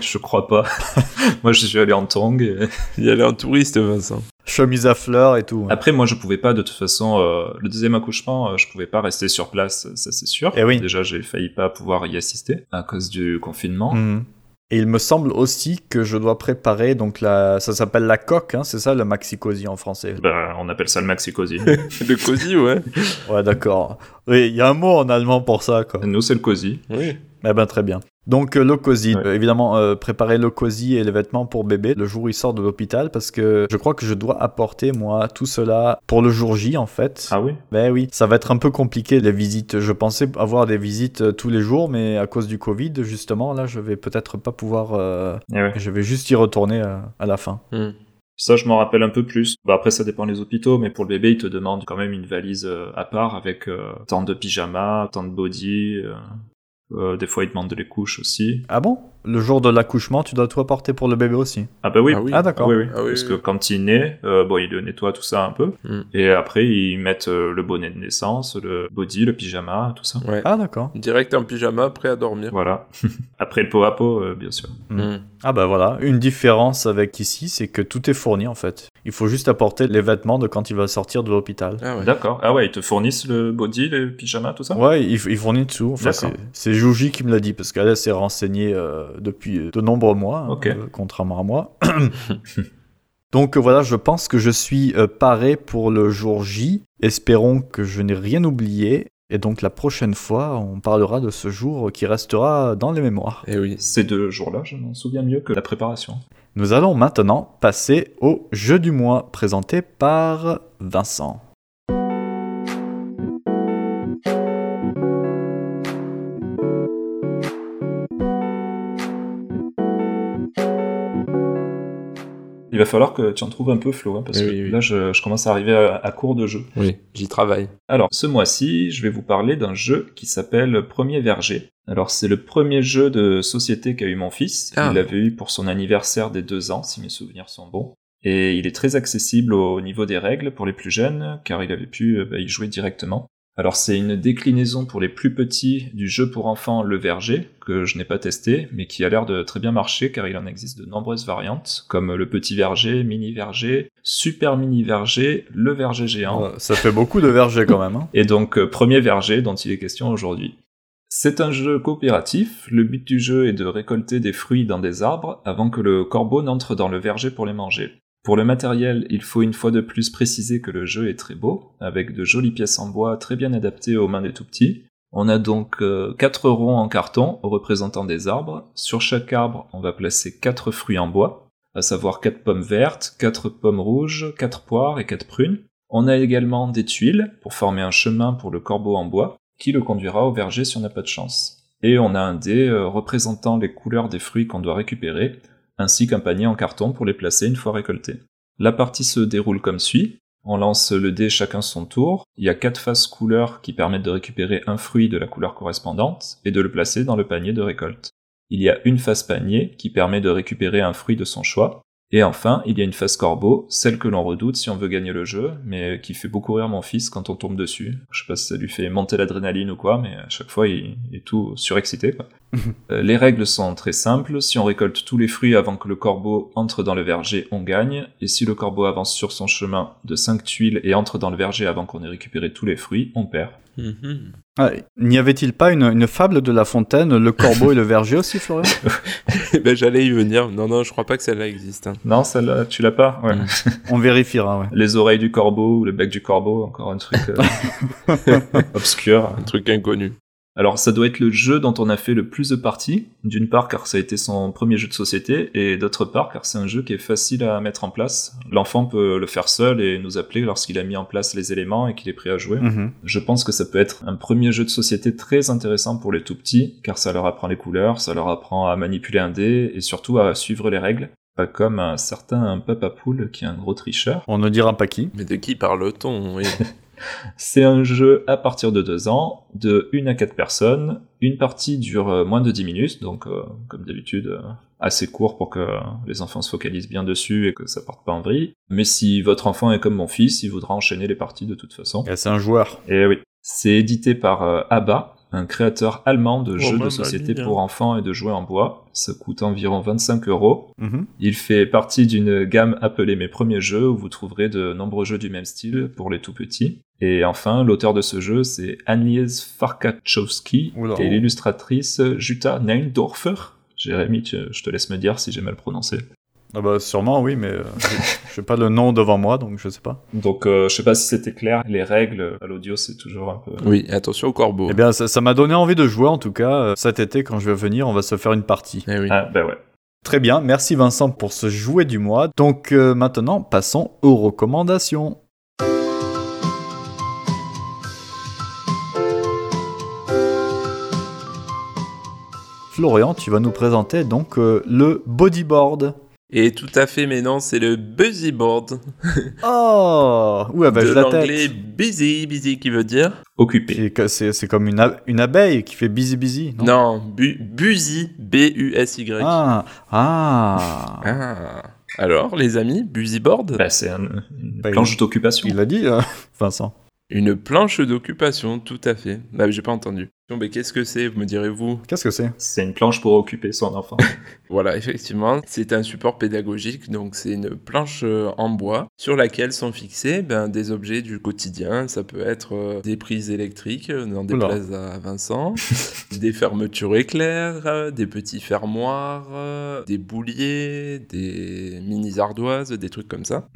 D: je crois pas. moi, je suis allé en tong. et-
C: Il y avait un touriste, Vincent.
B: Chemise à fleurs et tout. ouais.
D: Après, moi, je pouvais pas, de toute façon, euh, le deuxième accouchement, euh, je pouvais pas rester sur place, ça c'est sûr.
B: Eh oui.
D: Déjà, j'ai failli pas pouvoir y assister à cause du confinement.
B: Mhm. Et il me semble aussi que je dois préparer, donc la, ça s'appelle la coque, hein, c'est ça le maxi-cosy en français
D: Bah, on appelle ça le maxi-cosy.
C: Le cosy, ouais.
B: Ouais, d'accord. Oui, il y a un mot en allemand pour ça, quoi.
D: Nous, c'est le cosy.
C: Oui.
B: Eh ben très bien. Donc euh, le cosy,
D: Ouais.
B: Euh, évidemment euh, préparer le cosy et les vêtements pour bébé le jour où il sort de l'hôpital parce que je crois que je dois apporter moi tout cela pour le jour J en fait.
D: Ah oui
B: Ben oui, ça va être un peu compliqué les visites. Je pensais avoir des visites euh, tous les jours mais à cause du Covid justement là je vais peut-être pas pouvoir euh,
D: Eh ouais.
B: je vais juste y retourner euh, à la fin.
E: Mm.
D: Ça, je m'en rappelle un peu plus. Bah, après, ça dépend des hôpitaux, mais pour le bébé, ils te demandent quand même une valise euh, à part avec euh, tant de pyjamas, tant de body. euh, euh, des fois, ils demandent les couches aussi.
B: Ah bon Le jour de l'accouchement, tu dois tout apporter pour le bébé aussi.
D: Ah bah oui,
C: Ah oui.
B: Ah d'accord.
D: oui, oui.
C: Ah oui,
D: Parce
C: oui,
D: que
C: oui.
D: quand il naît, euh, bon, il le nettoie tout ça un peu.
C: Mm.
D: Et après, ils mettent euh, le bonnet de naissance, le body, le pyjama, tout ça.
C: Ouais.
B: Ah d'accord.
C: Direct en pyjama, prêt à dormir.
D: Voilà. après, le pot à pot, euh, bien sûr.
E: Mm.
C: Mhm.
B: Ah bah voilà, une différence avec ici, c'est que tout est fourni en fait. Il faut juste apporter les vêtements de quand il va sortir de l'hôpital.
C: Ah ouais.
D: D'accord. Ah ouais, ils te fournissent le body, le pyjama, tout ça
B: Ouais, ils, ils fournissent tout. Enfin,
D: D'accord.
B: c'est- c'est Jouji qui me l'a dit parce qu'elle elle s'est renseignée euh, depuis euh, de nombreux mois, hein,
D: Ok.
B: euh, contrairement à moi. Donc euh, voilà, je pense que je suis euh, paré pour le jour J. Espérons que je n'ai rien oublié. Et donc la prochaine fois, on parlera de ce jour qui restera dans les mémoires.
C: Eh oui.
D: Ces deux jours-là, je m'en souviens mieux que la préparation.
B: Nous allons maintenant passer au jeu du mois présenté par Vincent.
D: Il va falloir que tu en trouves un peu, Flo, hein, parce
C: Oui,
D: que
C: oui, oui.
D: là, je, je commence à arriver à, à court de jeu.
C: Oui. J'y travaille.
D: Alors, ce mois-ci, je vais vous parler d'un jeu qui s'appelle Premier Verger. Alors, c'est le premier jeu de société qu'a eu mon fils.
C: Ah.
D: Il l'avait eu pour son anniversaire des deux ans, si mes souvenirs sont bons. Et il est très accessible au niveau des règles pour les plus jeunes, car il avait pu euh, bah, y jouer directement. Alors, c'est une déclinaison pour les plus petits du jeu pour enfants Le Verger, que je n'ai pas testé, mais qui a l'air de très bien marcher, car il en existe de nombreuses variantes, comme le petit verger, mini verger, super mini verger, le verger géant.
B: Ouais, Euh, Ça fait beaucoup de vergers quand même. hein.
D: Et donc, euh, premier verger dont il est question aujourd'hui. C'est un jeu coopératif. Le but du jeu est de récolter des fruits dans des arbres avant que le corbeau n'entre dans le verger pour les manger. Pour le matériel, il faut une fois de plus préciser que le jeu est très beau, avec de jolies pièces en bois très bien adaptées aux mains des tout petits. On a donc euh, quatre ronds en carton représentant des arbres. Sur chaque arbre, on va placer quatre fruits en bois, à savoir quatre pommes vertes, quatre pommes rouges, quatre poires et quatre prunes. On a également des tuiles pour former un chemin pour le corbeau en bois qui le conduira au verger si on n'a pas de chance. Et on a un dé euh, représentant les couleurs des fruits qu'on doit récupérer, ainsi qu'un panier en carton pour les placer une fois récoltés. La partie se déroule comme suit. On lance le dé chacun son tour. Il y a quatre faces couleurs qui permettent de récupérer un fruit de la couleur correspondante et de le placer dans le panier de récolte. Il y a une face panier qui permet de récupérer un fruit de son choix. Et enfin, il y a une face corbeau, celle que l'on redoute si on veut gagner le jeu, mais qui fait beaucoup rire mon fils quand on tombe dessus. Je sais pas si ça lui fait monter l'adrénaline ou quoi, mais à chaque fois, il il est tout surexcité. Quoi. Euh, les règles sont très simples. Si on récolte tous les fruits avant que le corbeau entre dans le verger, on gagne. Et si le corbeau avance sur son chemin de 5 tuiles et entre dans le verger avant qu'on ait récupéré tous les fruits, on perd.
C: Mhm.
B: Ah, N'y avait-il pas une, une fable de La Fontaine, le corbeau et le verger aussi, Florian
C: Eh ben, j'allais y venir. Non, non, je crois pas que celle-là existe. hein.
D: Non, celle-là, tu l'as pas ouais.
C: Mm.
B: On vérifiera, ouais.
D: Les oreilles du corbeau ou le bec du corbeau, encore un truc euh, obscur.
C: Un truc inconnu.
D: Alors ça doit être le jeu dont on a fait le plus de parties, d'une part car ça a été son premier jeu de société, et d'autre part car c'est un jeu qui est facile à mettre en place. L'enfant peut le faire seul et nous appeler lorsqu'il a mis en place les éléments et qu'il est prêt à jouer.
B: Mhm.
D: Je pense que ça peut être un premier jeu de société très intéressant pour les tout petits, car ça leur apprend les couleurs, ça leur apprend à manipuler un dé, et surtout à suivre les règles. Pas comme un certain Papa Poule qui est un gros tricheur.
B: On ne dira pas qui.
C: Mais de qui parle-t-on oui.
D: C'est un jeu à partir de 2 ans, de 1 à 4 personnes. Une partie dure euh, moins de 10 minutes, donc euh, comme d'habitude, euh, assez court pour que les enfants se focalisent bien dessus et que ça parte pas en vrille. Mais si votre enfant est comme mon fils, il voudra enchaîner les parties de toute façon.
B: Eh, C'est un joueur.
D: Et oui, c'est édité par euh, ABBA, un créateur allemand de jeux de
C: Oh, mamma
D: société
C: mia.
D: pour enfants et de jouets en bois. Ça coûte environ 25 euros.
B: Mhm.
D: Il fait partie d'une gamme appelée Mes premiers jeux, où vous trouverez de nombreux jeux du même style pour les tout petits. Et enfin, l'auteur de ce jeu, c'est Agnès Farkachowski
B: Oula.
D: et l'illustratrice Jutta Neindorfer. Jérémy, tu- je te laisse me dire si j'ai mal prononcé.
B: Ah bah, sûrement, oui, mais euh, je- je n'ai pas le nom devant moi, donc je sais pas.
D: Donc, euh, je sais pas si c'était clair. Les règles à l'audio, c'est toujours un peu
C: Oui, attention au corbeau.
B: Eh bien, ça ça m'a donné envie de jouer, en tout cas. euh, Cet été, quand je vais venir, on va se faire une partie.
C: Eh oui.
D: Ah, bah ouais.
B: Très bien, merci Vincent pour ce jouet du mois. Donc euh, maintenant, passons aux recommandations. Florian, tu vas nous présenter donc euh, le bodyboard.
C: Et tout à fait, mais non, c'est le busy board.
B: Oh Ouais, bah
C: de
B: je la
C: l'anglais
B: tête.
C: busy, busy qui veut dire
D: Occupé.
B: Qui est ca- C'est c'est comme une, a- une abeille qui fait busy busy. non
C: Non, bu- busy, B-U-S-Y.
B: Ah Ah
C: Ah. Alors, les amis, busy board
D: Bah, c'est un- une
B: Bah,
D: planche d'occupation.
B: Il l'a dit, euh, Vincent.
C: Une planche d'occupation, tout à fait. Ah, j'ai pas entendu. Bon, mais qu'est-ce que c'est, me direz-vous
B: Qu'est-ce que c'est
D: C'est une planche pour occuper son enfant.
C: Voilà, effectivement, c'est un support pédagogique, donc c'est une planche euh, en bois sur laquelle sont fixés ben, des objets du quotidien. Ça peut être euh, des prises électriques, euh, n'en
B: Oula.
C: déplaise à Vincent, des fermetures éclairs, euh, des petits fermoirs, euh, des bouliers, des mini ardoises, des trucs comme ça,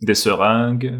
D: Des seringues.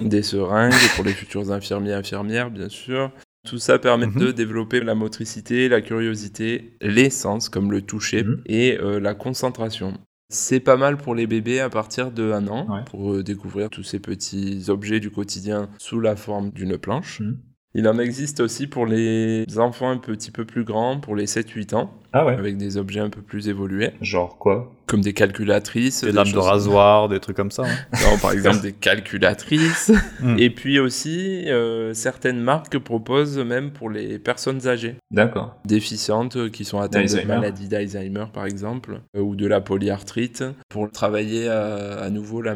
C: des seringues pour les futurs infirmiers infirmières, bien sûr. Tout ça permet
B: Mhm.
C: de développer la motricité, la curiosité, les sens comme le toucher
D: Mhm.
C: et euh, la concentration. C'est pas mal pour les bébés à partir de 1 an
D: Ouais.
C: pour euh, découvrir tous ces petits objets du quotidien sous la forme d'une planche.
D: Mhm.
C: Il en existe aussi pour les enfants un petit peu plus grands, pour les 7-8 ans,
D: Ah ouais.
C: avec des objets un peu plus évolués,
D: Genre quoi
C: comme des calculatrices,
B: Des lames de
C: choses-
B: rasoir, des trucs comme ça. hein.
C: non, par exemple des calculatrices.
B: Mm.
C: Et puis aussi, euh, certaines marques proposent même pour les personnes âgées,
D: D'accord.
C: déficientes, euh, qui sont atteintes de
D: D'Alzheimer.
C: maladie d'Alzheimer par exemple, euh, ou de la polyarthrite, pour travailler à, à nouveau la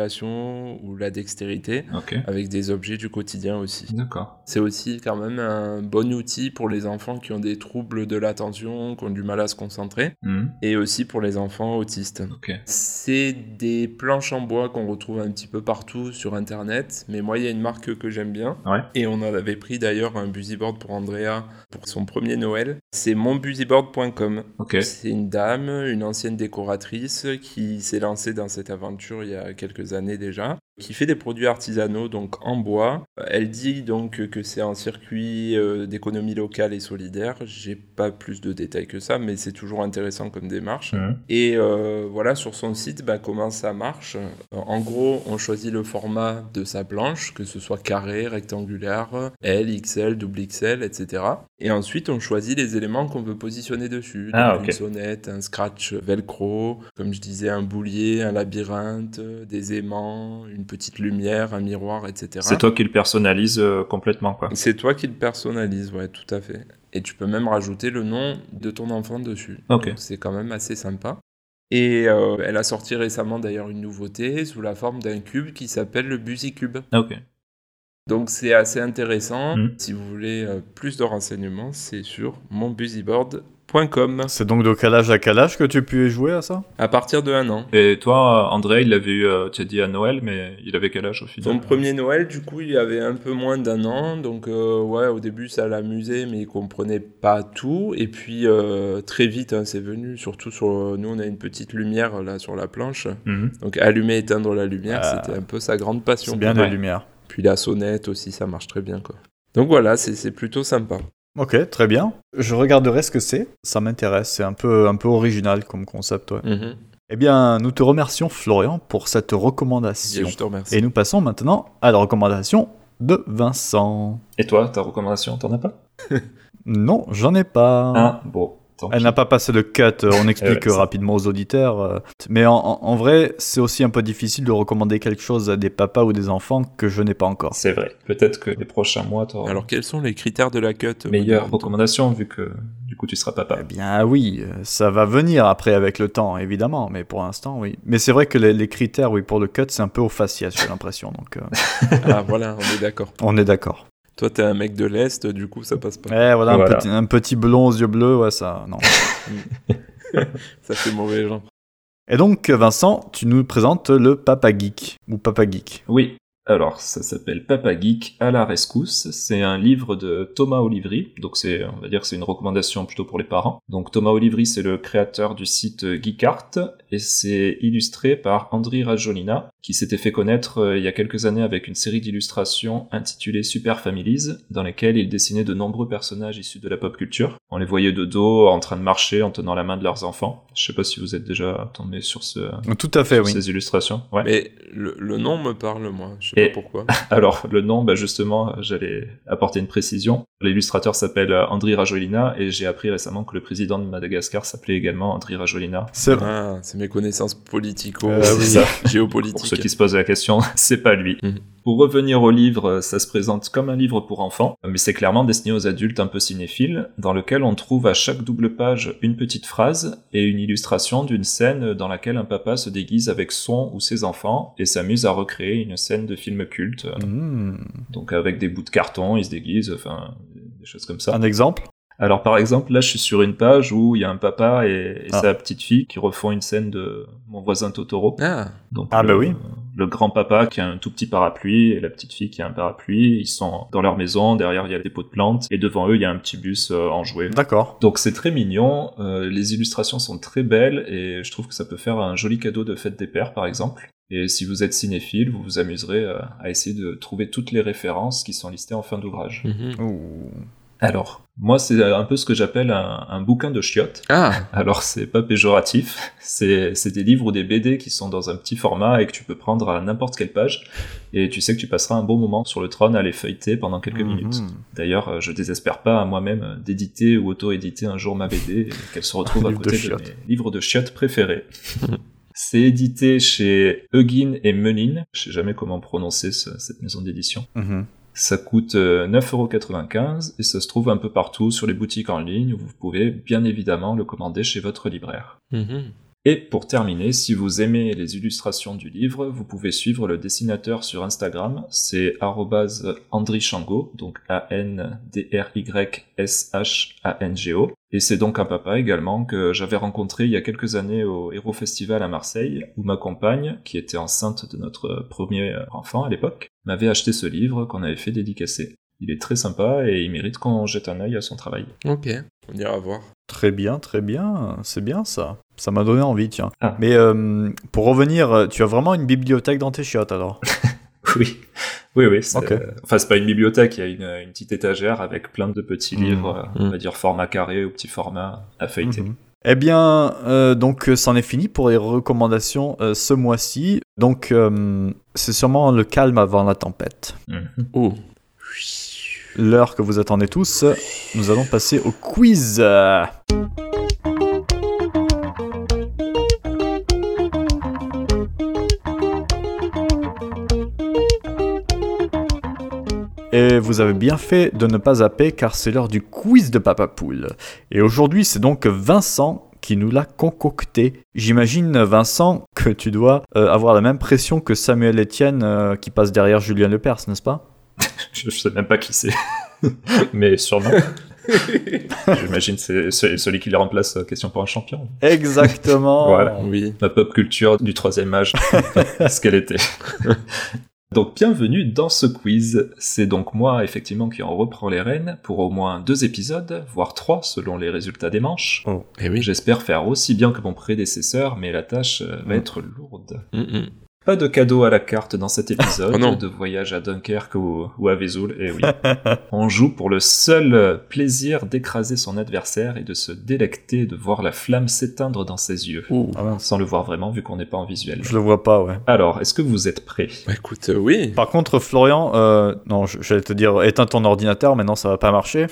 C: manipulation ou la dextérité
D: Ok.
C: avec des objets du quotidien aussi.
D: D'accord.
C: C'est aussi quand même un bon outil pour les enfants qui ont des troubles de l'attention, qui ont du mal à se concentrer,
D: Hmm.
C: et aussi pour les enfants autistes.
D: Ok.
C: C'est des planches en bois qu'on retrouve un petit peu partout sur internet, mais moi il y a une marque que j'aime bien.
D: Ouais.
C: Et on en avait pris d'ailleurs un busyboard pour Andrea pour son premier Noël. C'est monbusyboard.com.
D: Ok.
C: C'est une dame, une ancienne décoratrice qui s'est lancée dans cette aventure il y a quelques années déjà. qui fait des produits artisanaux, donc en bois. Elle dit donc que c'est un circuit euh, d'économie locale et solidaire. J'ai pas plus de détails que ça, mais c'est toujours intéressant comme démarche. Mmh. Et euh, voilà, sur son site, bah, comment ça marche. Euh, En gros, on choisit le format de sa planche, que ce soit carré, rectangulaire, L, XL, double XL, etc. Et ensuite, on choisit les éléments qu'on veut positionner dessus.
D: Ah, donc okay.
C: Une sonnette, un scratch velcro, comme je disais, un boulier, un labyrinthe, des aimants, une petite lumière, un miroir, etc.
D: C'est toi qui le personnalise euh, complètement, quoi.
C: C'est toi qui le personnalise, ouais, tout à fait. Et tu peux même rajouter le nom de ton enfant dessus.
D: Ok.
C: C'est quand même assez sympa. Et euh, elle a sorti récemment d'ailleurs une nouveauté sous la forme d'un cube qui s'appelle le Busicube.
D: Ok.
C: Donc c'est assez intéressant. Mmh. Si vous voulez euh, plus de renseignements, c'est sur monbusyboard.com.
B: C'est donc de quel âge à quel âge que tu peux jouer à ça
C: À partir de un an.
D: Et toi, André, il l'avait eu, euh, tu as dit à Noël, mais il avait quel âge au final
C: Son premier Noël, du coup, il avait un peu moins d'un an. Donc euh, ouais, au début, ça l'amusait, mais il comprenait pas tout. Et puis très vite, hein, c'est venu. Surtout sur nous, on a une petite lumière là sur la planche.
B: Mhm.
D: Mmh.
C: Donc allumer, éteindre la lumière, c'était un peu sa grande passion.
B: Ah. C'est bien la lumière.
C: Puis la sonnette aussi, ça marche très bien. Quoi. Donc voilà, c'est plutôt sympa.
B: Ok, très bien. Je regarderai ce que c'est. Ça m'intéresse. C'est un peu, un peu original comme concept. Ouais.
C: Mm -hmm.
B: Eh bien, nous te remercions, Florian, pour cette recommandation.
C: Je te remercie.
B: Et nous passons maintenant à la recommandation de Vincent.
D: Et toi, ta recommandation, t'en as pas
B: Non, j'en ai pas.
D: Ah, bon.
B: Elle n'a pas passé le cut, on explique Eh ouais, rapidement aux auditeurs. Mais en, en vrai, c'est aussi un peu difficile de recommander quelque chose à des papas ou des enfants que je n'ai pas encore.
D: C'est vrai. Peut-être que les prochains mois,
C: t'auras... Alors, quels sont les critères de la cut
D: Meilleure recommandation, vu que du coup tu seras papa.
B: Eh bien oui, ça va venir après avec le temps, évidemment, mais pour l'instant, oui. Mais c'est vrai que les, les, critères, oui, pour le cut, c'est un peu au faciès, j'ai l'impression. Donc,
C: euh... ah voilà, on est d'accord.
B: On est d'accord.
C: Toi, t'es un mec de l'Est, du coup, ça passe pas.
B: Eh, voilà, un, voilà. Petit, un, Petit, blond aux yeux bleus, ouais, ça, non.
C: ça fait mauvais, genre.
B: Et donc, Vincent, tu nous présentes le Papa Geek, ou Papa Geek.
D: Oui, alors, ça s'appelle Papa Geek à la rescousse. C'est un livre de Thomas Olivry, donc c'est, on va dire, c'est une recommandation plutôt pour les parents. Donc, Thomas Olivry, c'est le créateur du site Geekart, et c'est illustré par Andri Rajolina, qui s'était fait connaître euh, il y a quelques années avec une série d'illustrations intitulée Super Families, dans lesquelles il dessinait de nombreux personnages issus de la pop culture. On les voyait de dos, en train de marcher, en tenant la main de leurs enfants. Je sais pas si vous êtes déjà tombé sur ce,
B: tout à fait,
D: sur
B: Eh oui.
D: ces illustrations.
C: Ouais. Mais le, le, nom me parle, moi. Je sais Et, pas pourquoi.
D: Alors, le nom, bah justement, j'allais apporter une précision. L'illustrateur s'appelle euh, Andri Rajolina, et j'ai appris récemment que le président de Madagascar s'appelait également Andri Rajolina.
B: C'est
C: ah, mes connaissances politico, euh, oui. géopolitiques
D: qui se pose la question, c'est pas lui. Mmh. Pour revenir au livre, euh, ça se présente comme un livre pour enfants, mais c'est clairement destiné aux adultes un peu cinéphiles, dans lequel on trouve à chaque double page une petite phrase et une illustration d'une scène dans laquelle un papa se déguise avec son ou ses enfants et s'amuse à recréer une scène de film culte.
B: Mmh.
D: Donc avec des bouts de carton, il se déguise, enfin des choses comme ça.
B: Un exemple
D: alors par exemple, là je suis sur une page où il y a un papa et, et ah. sa petite fille qui refont une scène de Mon voisin Totoro.
C: Ah,
D: Donc,
B: ah
D: le,
B: bah oui.
D: Le grand papa qui a un tout petit parapluie et la petite fille qui a un parapluie. Ils sont dans leur maison, derrière il y a des pots de plantes et devant eux il y a un petit bus euh, enjoué.
B: D'accord.
D: Donc c'est très mignon, euh, les illustrations sont très belles et je trouve que ça peut faire un joli cadeau de fête des pères par exemple. Et si vous êtes cinéphile, vous vous amuserez euh, à essayer de trouver toutes les références qui sont listées en fin d'ouvrage.
C: Mm
B: -hmm.
D: Alors, moi, c'est euh, un peu ce que j'appelle un, un, bouquin de chiottes.
C: Ah.
D: Alors, c'est pas péjoratif. C'est des livres ou des BD qui sont dans un petit format et que tu peux prendre à n'importe quelle page. Et tu sais que tu passeras un bon moment sur le trône à les feuilleter pendant quelques
B: Mhm.
D: mm -hmm. minutes. D'ailleurs, je désespère pas à moi-même euh, d'éditer ou auto-éditer un jour ma BD et qu'elle se retrouve à côté de, de mes livres de chiottes préférés. C'est édité chez Hugin et Menin. Je sais jamais comment prononcer ce, cette maison d'édition.
B: Mm -hmm.
D: Ça coûte euh, 9,95€ et ça se trouve un peu partout sur les boutiques en ligne où vous pouvez bien évidemment le commander chez votre libraire.
C: Mmh.
D: Et pour terminer, si vous aimez les illustrations du livre, vous pouvez suivre le dessinateur sur Instagram, c'est @andrichango, donc A N D R Y S H A N G O. Et c'est donc un papa également que j'avais rencontré il y a quelques années au Hero Festival à Marseille, où ma compagne, qui était enceinte de notre premier euh, enfant à l'époque, m'avait acheté ce livre qu'on avait fait dédicacer. Il est très sympa et il mérite qu'on jette un œil à son travail.
C: Ok, on ira voir.
B: Très bien, très bien, c'est bien ça. Ça m'a donné envie, tiens.
D: Ah.
B: Mais euh, pour revenir, tu as vraiment une bibliothèque dans tes chiottes alors
D: oui. Oui, oui. C'est, okay. euh, enfin, c'est pas une bibliothèque, il y a une, une, petite étagère avec plein de petits mmh. livres, mmh. on va dire format carré ou petit format à feuilleter. Mmh.
B: Eh bien, euh, donc, c'en est fini pour les recommandations euh, ce mois-ci. Donc, euh, c'est sûrement le calme avant la tempête.
C: Mmh. Oh.
B: L'heure que vous attendez tous, nous allons passer au quiz. Et vous avez bien fait de ne pas zapper car c'est l'heure du quiz de Papa Poule. Et aujourd'hui, c'est donc Vincent qui nous l'a concocté. J'imagine, Vincent, que tu dois euh, avoir la même pression que Samuel Etienne euh, qui passe derrière Julien Lepers, n'est-ce pas
D: Je sais même pas qui c'est, mais sûrement. J'imagine c'est celui qui les remplace, euh, question pour un champion.
B: Exactement.
D: voilà. Oui. La pop culture du troisième âge, ce qu'elle était. Donc bienvenue dans ce quiz. C'est donc moi effectivement qui en reprend les rênes pour au moins deux épisodes, voire trois selon les résultats des manches.
C: Oh, et oui.
D: J'espère faire aussi bien que mon prédécesseur, mais la tâche va mmh. être lourde. Mmh.
C: Mhm.
D: Pas de cadeau à la carte dans cet épisode,
C: oh non.
D: de voyage à Dunkerque ou, ou à Vesoul, et oui. On joue pour le seul euh, plaisir d'écraser son adversaire et de se délecter de voir la flamme s'éteindre dans ses yeux.
B: Ouh.
D: Sans le voir vraiment vu qu'on n'est pas en visuel.
B: Je le vois pas, ouais.
D: Alors, est-ce que vous êtes prêts
C: bah, Écoute, euh, oui.
B: Par contre, Florian, euh, non, j'allais te dire, éteins ton ordinateur, mais non, ça va pas marcher.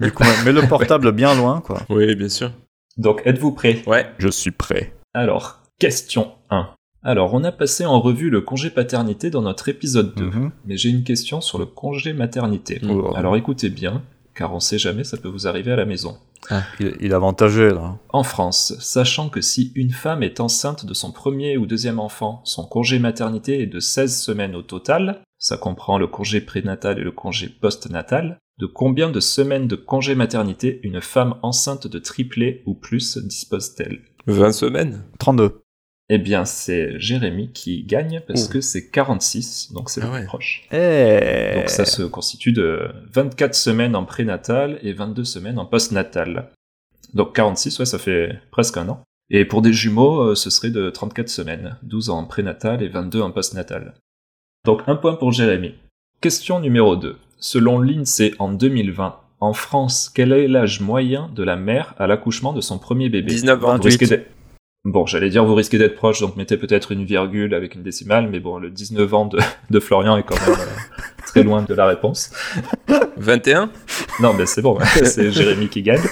B: du coup, mets le portable ouais. bien loin, quoi.
C: Oui, bien sûr.
D: Donc, êtes-vous prêts
C: Ouais.
B: Je suis prêt.
D: Alors, question 1. Alors, on a passé en revue le congé paternité dans notre épisode
B: Mhm.
C: Mhm.
D: 2, mmh. mais j'ai une question sur le congé maternité. Mmh. Alors écoutez bien, car on sait jamais, ça peut vous arriver à la maison.
B: Ah, il, il, est avantageux là.
D: En France, sachant que si une femme est enceinte de son premier ou deuxième enfant, son congé maternité est de 16 semaines au total, ça comprend le congé prénatal et le congé postnatal, de combien de semaines de congé maternité une femme enceinte de triplé ou plus dispose-t-elle
C: 20 semaines
B: 32.
D: Eh bien, c'est Jérémy qui gagne parce Ouh. que c'est 46, donc c'est ah ouais. proche.
B: Hey.
D: Donc ça se constitue de 24 semaines en prénatal et 22 semaines en postnatal. Donc 46, ouais, ça fait presque un an. Et pour des jumeaux, euh, ce serait de 34 semaines, 12 en prénatal et 22 en postnatal. Donc un point pour Jérémy. Question numéro 2. Selon l'INSEE E en 2020, en France, quel est l'âge moyen de la mère à l'accouchement de son premier bébé
C: 19 ans.
D: Bon, j'allais dire, vous risquez d'être proche, donc mettez peut-être une virgule avec une décimale, mais bon, le 19 ans de, de Florian est quand même euh, très loin de la réponse.
C: 21
D: Non, mais c'est bon, hein, c'est Jérémy qui gagne.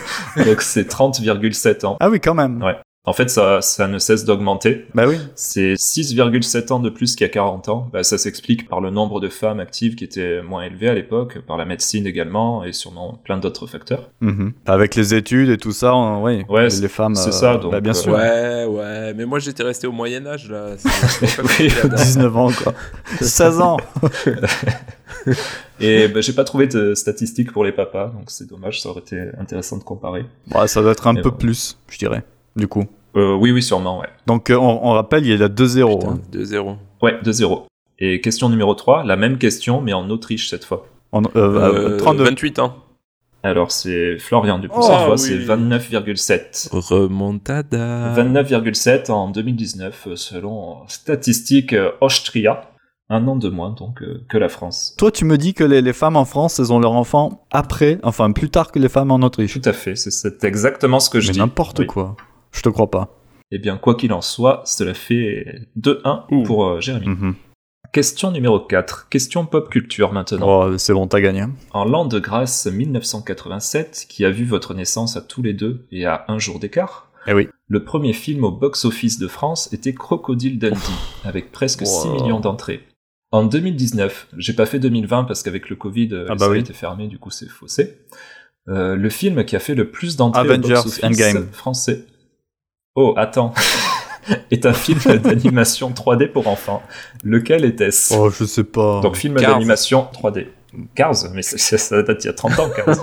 D: Donc c'est 30,7 ans.
B: Ah oui, quand même.
D: Ouais. En fait, ça, ça ne cesse d'augmenter.
B: Bah oui.
D: C'est 6,7 ans de plus qu'il y a 40 ans. Bah, ça s'explique par le nombre de femmes actives qui étaient moins élevées à l'époque, par la médecine également, et sûrement plein d'autres facteurs.
B: Mm -hmm. Avec les études et tout ça, on... oui.
D: Ouais,
B: les femmes.
D: C'est euh... ça, donc.
B: Bah, bien sûr.
C: Ouais, ouais. Mais moi, j'étais resté au Moyen-Âge, là.
B: oui, 19 ans, quoi. 16 ans.
D: Et bah, j'ai pas trouvé de statistiques pour les papas, donc c'est dommage, ça aurait été intéressant de comparer.
B: Bah, ça doit être un et peu bon. plus, je dirais du coup.
D: Euh, oui, oui, sûrement, ouais.
B: Donc euh, on, on, rappelle, il y a 2-0. Hein.
C: 2-0.
D: Ouais, 2-0. Et question numéro 3, la même question, mais en Autriche cette fois.
B: En, euh, 32.
C: 28 ans.
D: Alors c'est Florian, du coup, oh, cette fois oui. Ah. c'est 29,7.
C: Remontada.
D: 29,7 en 2019, selon statistique Austria. Un an de moins donc euh, que la France.
B: Toi, tu me dis que les, les femmes en France, elles ont leur enfant après, enfin plus tard que les femmes en Autriche.
D: Tout à fait, c'est exactement ce que je
B: mais
D: dis.
B: N'importe
D: oui.
B: quoi. Je te crois pas.
D: Eh bien, quoi qu'il en soit, cela fait 2-1 pour euh, Jérémy.
B: Mmh.
D: Mm -hmm. Question numéro 4. Question pop culture maintenant.
B: Oh, c'est bon, t'as gagné.
D: En l'an de grâce 1987, qui a vu votre naissance à tous les deux et à un jour d'écart,
B: eh oui.
D: le premier film au box-office de France était Crocodile Dundee, avec presque wow. 6 millions d'entrées. En 2019, j'ai pas fait 2020 parce qu'avec le Covid, ah bah ça oui. était fermé, du coup c'est faussé. Euh, le film qui a fait le plus d'entrées au box-office français. Oh, attends. est un film d'animation 3D pour enfants. Lequel était-ce
B: Oh, je sais pas.
D: Donc, film d'animation 3d. Cars, mais ça, ça date il y a 30 ans, Cars.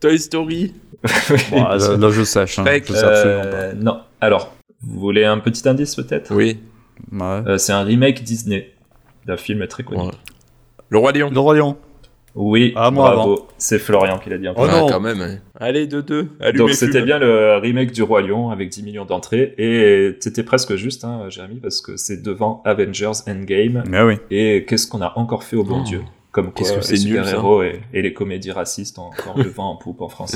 C: Toy Story.
B: oui, bah, bon, Oh, là, là, je sache. Hein. Je sais
D: euh, pas. Non. Alors, vous voulez un petit indice peut-être
C: Oui.
B: Ouais. Euh,
D: C'est un remake Disney d'un film très connu. Ouais.
C: Le Roi Lion.
B: Le Roi Lion.
D: Oui, ah, moi bravo. C'est Florian qui l'a dit en
C: premier. Oh non, ah, quand même. Hein. Allez, 2-2. Deux, deux.
D: Donc c'était bien le remake du Roi Lion avec 10 millions d'entrées. Et c'était presque juste, hein, Jérémy, parce que c'est devant Avengers Endgame.
B: Mais oui.
D: Et qu'est-ce qu'on a encore fait au bon oh. Dieu Comme quoi, -ce que les super-héros et, et, les comédies racistes ont encore le vent en poupe en France.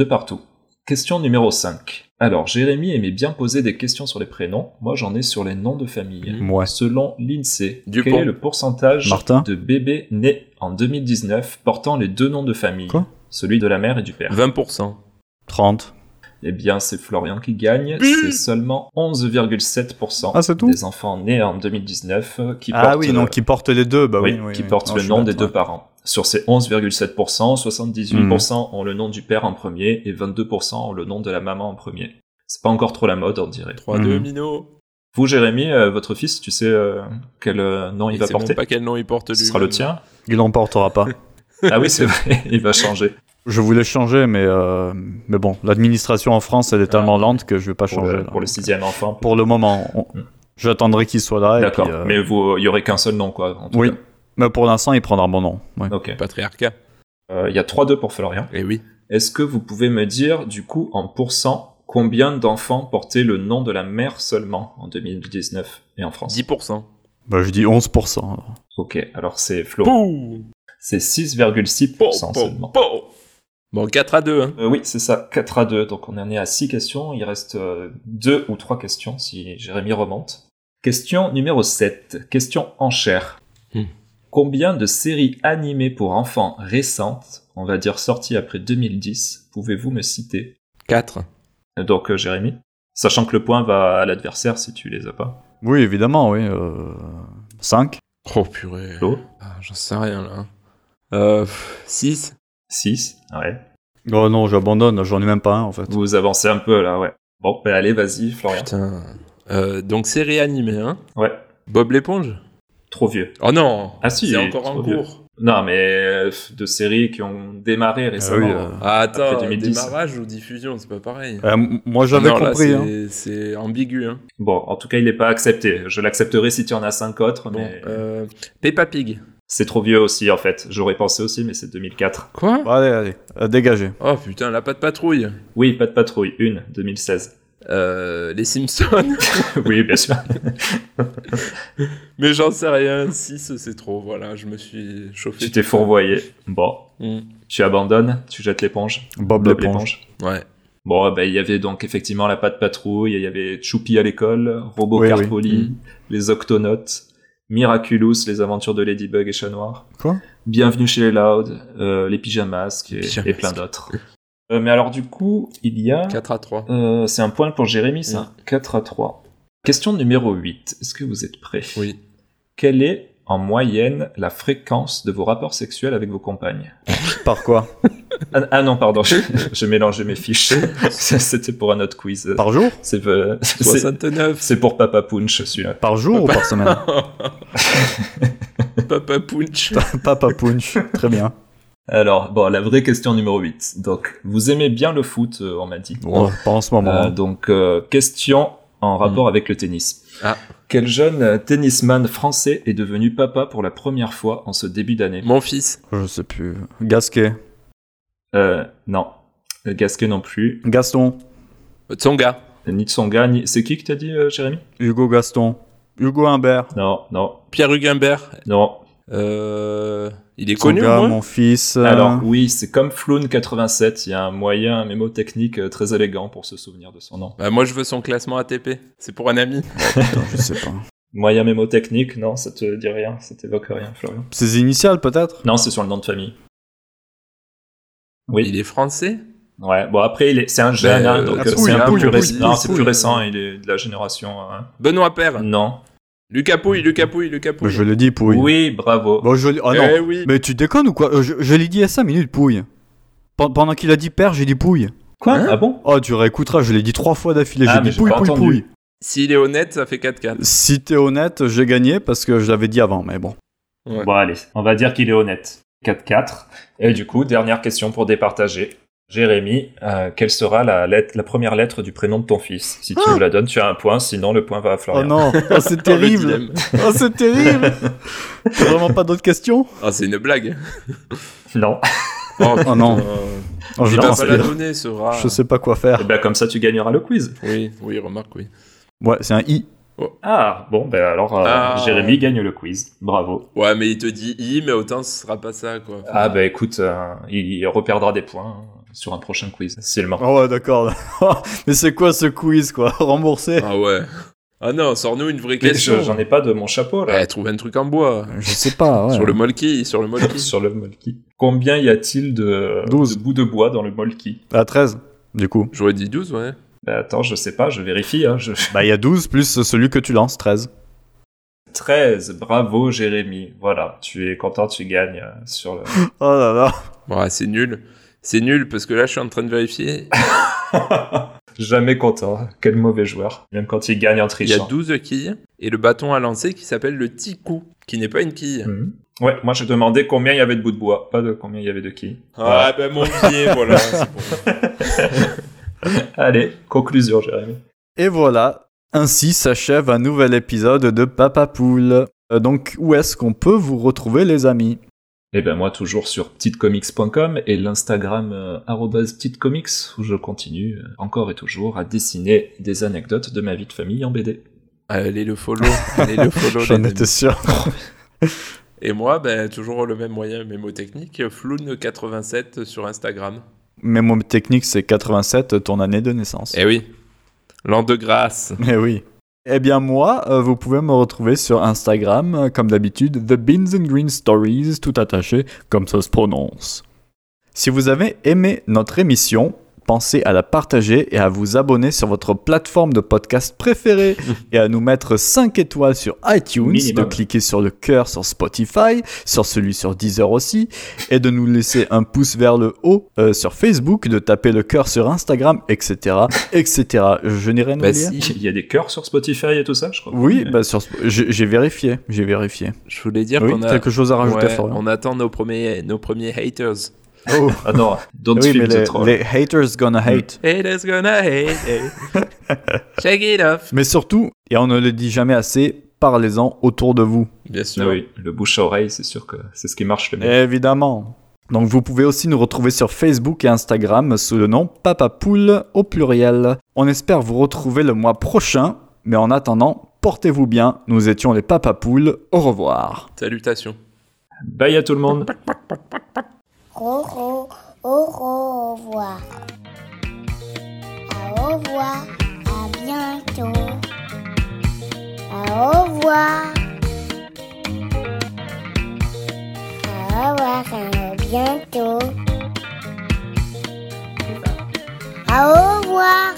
D: De partout. Question numéro 5. Alors, Jérémy aimait bien poser des questions sur les prénoms. Moi, j'en ai sur les noms de famille.
B: Ouais.
D: Selon l'INSEE, quel est le pourcentage
B: Mm. Martin
D: de bébés nés en 2019 portant les deux noms de famille
B: Quoi
D: Celui de la mère et du père.
C: 20%.
B: 30.
D: Eh bien, c'est Florian qui gagne. C'est seulement 11,7%
B: ah,
D: des enfants nés en 2019 euh, qui
B: ah,
D: portent...
B: oui, non, qui portent les deux, bah oui.
D: oui,
B: oui
D: qui
B: oui.
D: portent non, le nom des
B: hein.
D: toi. deux parents. Sur ces 11,7%, 78%
B: Hmm.
D: mmh. ont le nom du père en premier et 22% ont le nom de la maman en premier. C'est pas encore trop la mode, on dirait.
C: 3-2, mmh. Mino
D: Vous, Jérémy, euh, votre fils, tu sais euh, quel euh, nom il, il va porter
C: pas quel nom il porte, lui.
D: Ce sera le tien
B: Il n'en portera pas.
D: ah oui, c'est vrai, il va changer.
B: Je voulais changer, mais, euh, mais bon, l'administration en France, elle est tellement lente que je ne vais pas
D: Ah. pour
B: changer.
D: Le, pour le sixième enfant.
B: Pour le moment, on... j'attendrai qu'il soit là.
D: D'accord, euh... mais il n'y aurait qu'un seul nom, quoi. En tout
B: oui,
D: cas.
B: mais pour l'instant, il prendra mon nom. Oui.
D: Ok.
C: Patriarcat.
D: Il euh, y a 3-2 pour Florian.
C: Et oui.
D: Est-ce que vous pouvez me dire, du coup, en pourcent, combien d'enfants portaient le nom de la mère seulement en 2019 et en France
C: 10%.
B: Bah, je dis 11%. Alors.
D: Ok, alors c'est Florian. C'est 6,6% seulement.
C: Pou Bon, 4 à 2. Hein.
D: Euh, oui, c'est ça, 4 à 2. Donc on en est à 6 questions. Il reste euh, 2 ou 3 questions si Jérémy remonte. Question numéro 7. Question en chair. Hmm. Combien de séries animées pour enfants récentes, on va dire sorties après 2010, pouvez-vous me citer
C: 4.
D: Donc euh, Jérémy, sachant que le point va à l'adversaire si tu les as pas.
B: Oui, évidemment, oui. euh, 5.
C: Oh purée. Oh. Ah, J'en sais rien là. Euh, 6.
D: 6, ouais.
B: Oh non, j'abandonne, j'en ai même pas un en fait.
D: Vous avancez un peu là, ouais. Bon, bah allez, vas-y, Florian.
C: Putain. Euh, donc c'est réanimé, hein
D: Ouais.
C: Bob l'éponge
D: Trop vieux.
C: Oh non
D: Ah si,
C: c'est encore en cours. Vieux.
D: Non, mais euh, de séries qui ont démarré récemment. Ah, oui, euh...
C: ah attends, 2010. démarrage ou diffusion, c'est pas pareil.
B: Euh, moi j'avais compris. Hein.
C: C'est ambigu. Hein.
D: Bon, en tout cas, il n'est pas accepté. Je l'accepterai si tu en as cinq autres. Bon, euh. mais...
C: euh, Peppa Pig.
D: C'est trop vieux aussi, en fait. J'aurais pensé aussi, mais c'est 2004.
C: Quoi
B: Allez, allez, euh, dégagez.
C: Oh putain, la pas de patrouille.
D: Oui, pas de patrouille, une, 2016.
C: Euh, les Simpsons
D: Oui, bien sûr.
C: mais j'en sais rien, 6 c'est trop, voilà, je me suis chauffé. Mmh.
D: Tu t'es fourvoyé. Bon. Mm. Tu abandonnes, tu jettes l'éponge.
B: Bob, Bob l'éponge.
C: Ouais.
D: Bon, il ben, y avait donc effectivement la patte patrouille, il y avait Choupi à l'école, Robot oui, Carpoli, oui. Mm. les Octonautes, Miraculous, les aventures de Ladybug et Chat Noir.
B: Quoi
D: Bienvenue chez les Loud, euh, les Pyjamas et, et plein d'autres. euh, mais alors du coup, il y a...
C: 4 à 3.
D: Euh, c'est un point pour Jérémy, ça. Oui. 4 à 3. Question numéro 8. Est-ce que vous êtes prêts
C: Oui.
D: Quelle est, en moyenne, la fréquence de vos rapports sexuels avec vos compagnes
B: Par quoi
D: ah, ah, non, pardon, j'ai mélangé mes fiches. C'était pour un autre quiz.
B: Par jour
D: C'est euh, C'est pour Papa Punch, celui-là.
B: Par jour Papa... ou par semaine
C: Papa Punch.
B: Papa Punch, très bien.
D: Alors, bon, la vraie question numéro 8. Donc, vous aimez bien le foot, euh, on m'a dit.
B: Bon, pas en ce moment.
D: Euh, donc, euh, question en rapport mmh. avec le tennis.
C: Ah.
D: Quel jeune euh, tennisman français est devenu papa pour la première fois en ce début d'année
C: Mon fils.
B: Je sais plus. Gasquet.
D: Euh, non. Euh, Gasquet non plus.
B: Gaston.
C: Tsonga.
D: Ni Tsonga, ni... C'est qui que t'as dit, euh, Jérémy
B: Hugo Gaston. Hugo Humbert.
D: Non, non.
C: Pierre Hugo Humbert.
D: Non.
C: Euh... Il est Tsonga, connu, moi
B: mon fils. Euh...
D: Alors, oui, c'est comme Floun 87. Il y a un moyen, un mémo technique très élégant pour se souvenir de son nom.
C: Bah, moi, je veux son classement ATP. C'est pour un ami.
B: Putain, je sais pas.
D: Moyen mémo technique, non, ça te dit rien, ça t'évoque rien, Florian.
B: Ses initiales, peut-être
D: Non, c'est sur le nom de famille.
C: Oui. Il est français
D: Ouais, bon après, c'est est un jeune, hein, donc c'est un peu plus récent. Non, c'est plus récent, il est de la génération. Hein.
C: Benoît Père
D: Non.
C: Lucas Pouille, Lucas Pouille, Lucas Pouille.
B: Je le dis, Pouille.
D: Oui, bravo.
B: Bon, je... Ah non, eh oui. mais tu déconnes ou quoi Euh, Je, je l'ai dit à 5 minutes, Pouille. Pendant qu'il a dit Père, j'ai dit Pouille.
D: Quoi hein Ah bon
B: Oh, tu réécouteras, je l'ai dit trois fois d'affilée, j'ai ah, dit Pouille, Pouille, entendu. Pouille.
C: S'il est honnête, ça fait 4-4.
B: Si t'es honnête, j'ai gagné parce que je l'avais dit avant, mais bon.
D: Ouais. Bon, allez, on va dire qu'il est honnête. 4-4. Et du coup, dernière question pour départager. Jérémy, euh, quelle sera la, lettre, la première lettre du prénom de ton fils Si tu nous la donnes, tu as un point, sinon le point va à
B: Oh
D: Florian.
B: non, oh, c'est terrible. Oh, c'est terrible. T'as vraiment pas d'autres questions
C: Ah, c'est une blague.
D: non.
C: Oh,
B: Oh non.
C: putain.
B: Oh,
C: Il
B: je,
C: va
B: pense
C: pas la donner, ce rat.
B: je sais pas quoi faire.
D: Eh ben, comme ça, tu gagneras le quiz.
C: Oui, oui, remarque, oui.
B: Ouais, c'est un i.
D: Ah, bon, ben alors, euh,
C: Ah.
D: Jérémy gagne le quiz. Bravo.
C: Ouais, mais il te dit I, mais autant ce sera pas ça, quoi.
D: Ah, ben écoute, euh, il, il reperdra des points hein, sur un prochain quiz, facilement.
B: Oh ouais, d'accord. Mais c'est quoi ce quiz, quoi Remboursé
C: Ah ouais. Ah non, sors-nous une vraie
D: Mais
C: question.
D: je- J'en ai pas de mon chapeau, là.
C: Ouais, trouve un truc en bois.
B: Je sais pas, ouais.
C: Sur le molki, sur le molki.
D: sur le molki. Combien y a-t-il de,
B: Douze.
D: de bouts de bois dans le molki
B: À 13, du coup.
C: J'aurais dit 12, ouais.
D: Ben, Attends, je sais pas, je vérifie. Hein, je...
B: Bah, il y a 12 plus celui que tu lances, 13.
D: 13, bravo Jérémy. Voilà, tu es content, tu gagnes euh, sur le...
B: Oh là là.
C: Ouais, c'est nul. C'est nul parce que là, je suis en train de vérifier.
D: Jamais content, hein. quel mauvais joueur. Même quand il gagne en
C: Il y a
D: trichant.
C: 12 quilles et le bâton à lancer qui s'appelle le tiku, qui n'est pas une quille.
D: Mhm. Ouais, moi je demandais combien il y avait de bouts de bois, pas de combien il y avait de qui.
C: Ah, ben mon pied, voilà. c'est bon.
D: Allez, conclusion Jérémy.
B: Et voilà. Ainsi s'achève un nouvel épisode de Papa Poule. Euh, Donc, où est-ce qu'on peut vous retrouver, les amis
D: Et ben moi toujours sur petitecomics.com et l'Instagram euh, arobase petitecomics où je continue euh, encore et toujours à dessiner des anecdotes de ma vie de famille en BD.
C: Allez Euh, le follow, allez le follow.
B: J'en
C: les
B: étais
C: amis.
B: sûr.
C: Et moi, ben, toujours le même moyen mémotechnique, floune87 sur Instagram.
B: Mais mon technique, c'est 87, ton année de naissance.
C: Eh oui, l'an de grâce.
B: Eh oui. Eh bien moi, euh, vous pouvez me retrouver sur Instagram, euh, comme d'habitude, The Beans and Green Stories, tout attaché, comme ça se prononce. Si vous avez aimé notre émission, pensez à la partager et à vous abonner sur votre plateforme de podcast préférée et à nous mettre 5 étoiles sur iTunes,
D: Minimum.
B: de cliquer sur le cœur sur Spotify, sur celui sur Deezer aussi, et de nous laisser un pouce vers le haut euh, sur Facebook, de taper le cœur sur Instagram, etc. etc. Je n'ai
C: Bah,
B: rien oublié.
D: Il y a des cœurs sur Spotify et tout ça, je crois.
B: Oui,
D: Mais-
B: bah sur... Sp- j'ai j'ai vérifié, j'ai vérifié.
C: Je voulais dire
B: Oui,
C: qu'on a...
B: quelque chose à rajouter,
C: Ouais,
B: Florian.
C: on attend nos premiers, nos premiers haters.
B: Oh,
D: Ah non, don't
B: oui,
D: film
B: mais
D: the
B: les,
D: troll. Ah
B: les haters gonna hate.
C: Haters gonna hate. hate. Shake it off.
B: Mais surtout, et on ne le dit jamais assez, parlez-en autour de vous.
C: Bien
D: Ah
C: sûr.
D: oui, le bouche à oreille, c'est sûr que c'est ce qui marche le mieux.
B: Évidemment. Donc vous pouvez aussi nous retrouver sur Facebook et Instagram sous le nom Papa Poule au pluriel. On espère vous retrouver le mois prochain, mais en attendant, portez-vous bien. Nous étions les Papa Poules. Au revoir.
C: Salutations.
D: Bye à tout le monde.
A: Au, re- au, re- au revoir. À au revoir, à bientôt. À au revoir. À au revoir, à bientôt. À au revoir.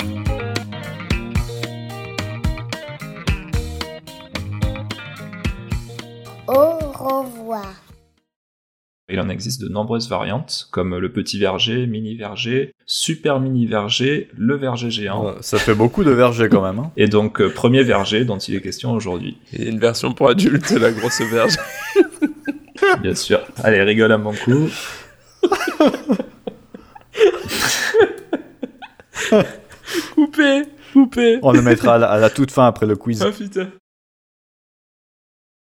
A: Au revoir.
D: Il en existe de nombreuses variantes, comme le petit verger, mini verger, super mini verger, le verger géant.
B: Euh, Ça fait beaucoup de vergers quand même. hein.
D: Et donc, euh, premier verger dont il est question aujourd'hui,
C: Et une version pour adultes, la grosse verge.
D: bien sûr. Allez, rigole à mon coup.
C: coupé, coupé.
B: On le mettra à la- à la toute fin après le quiz.
C: Oh putain.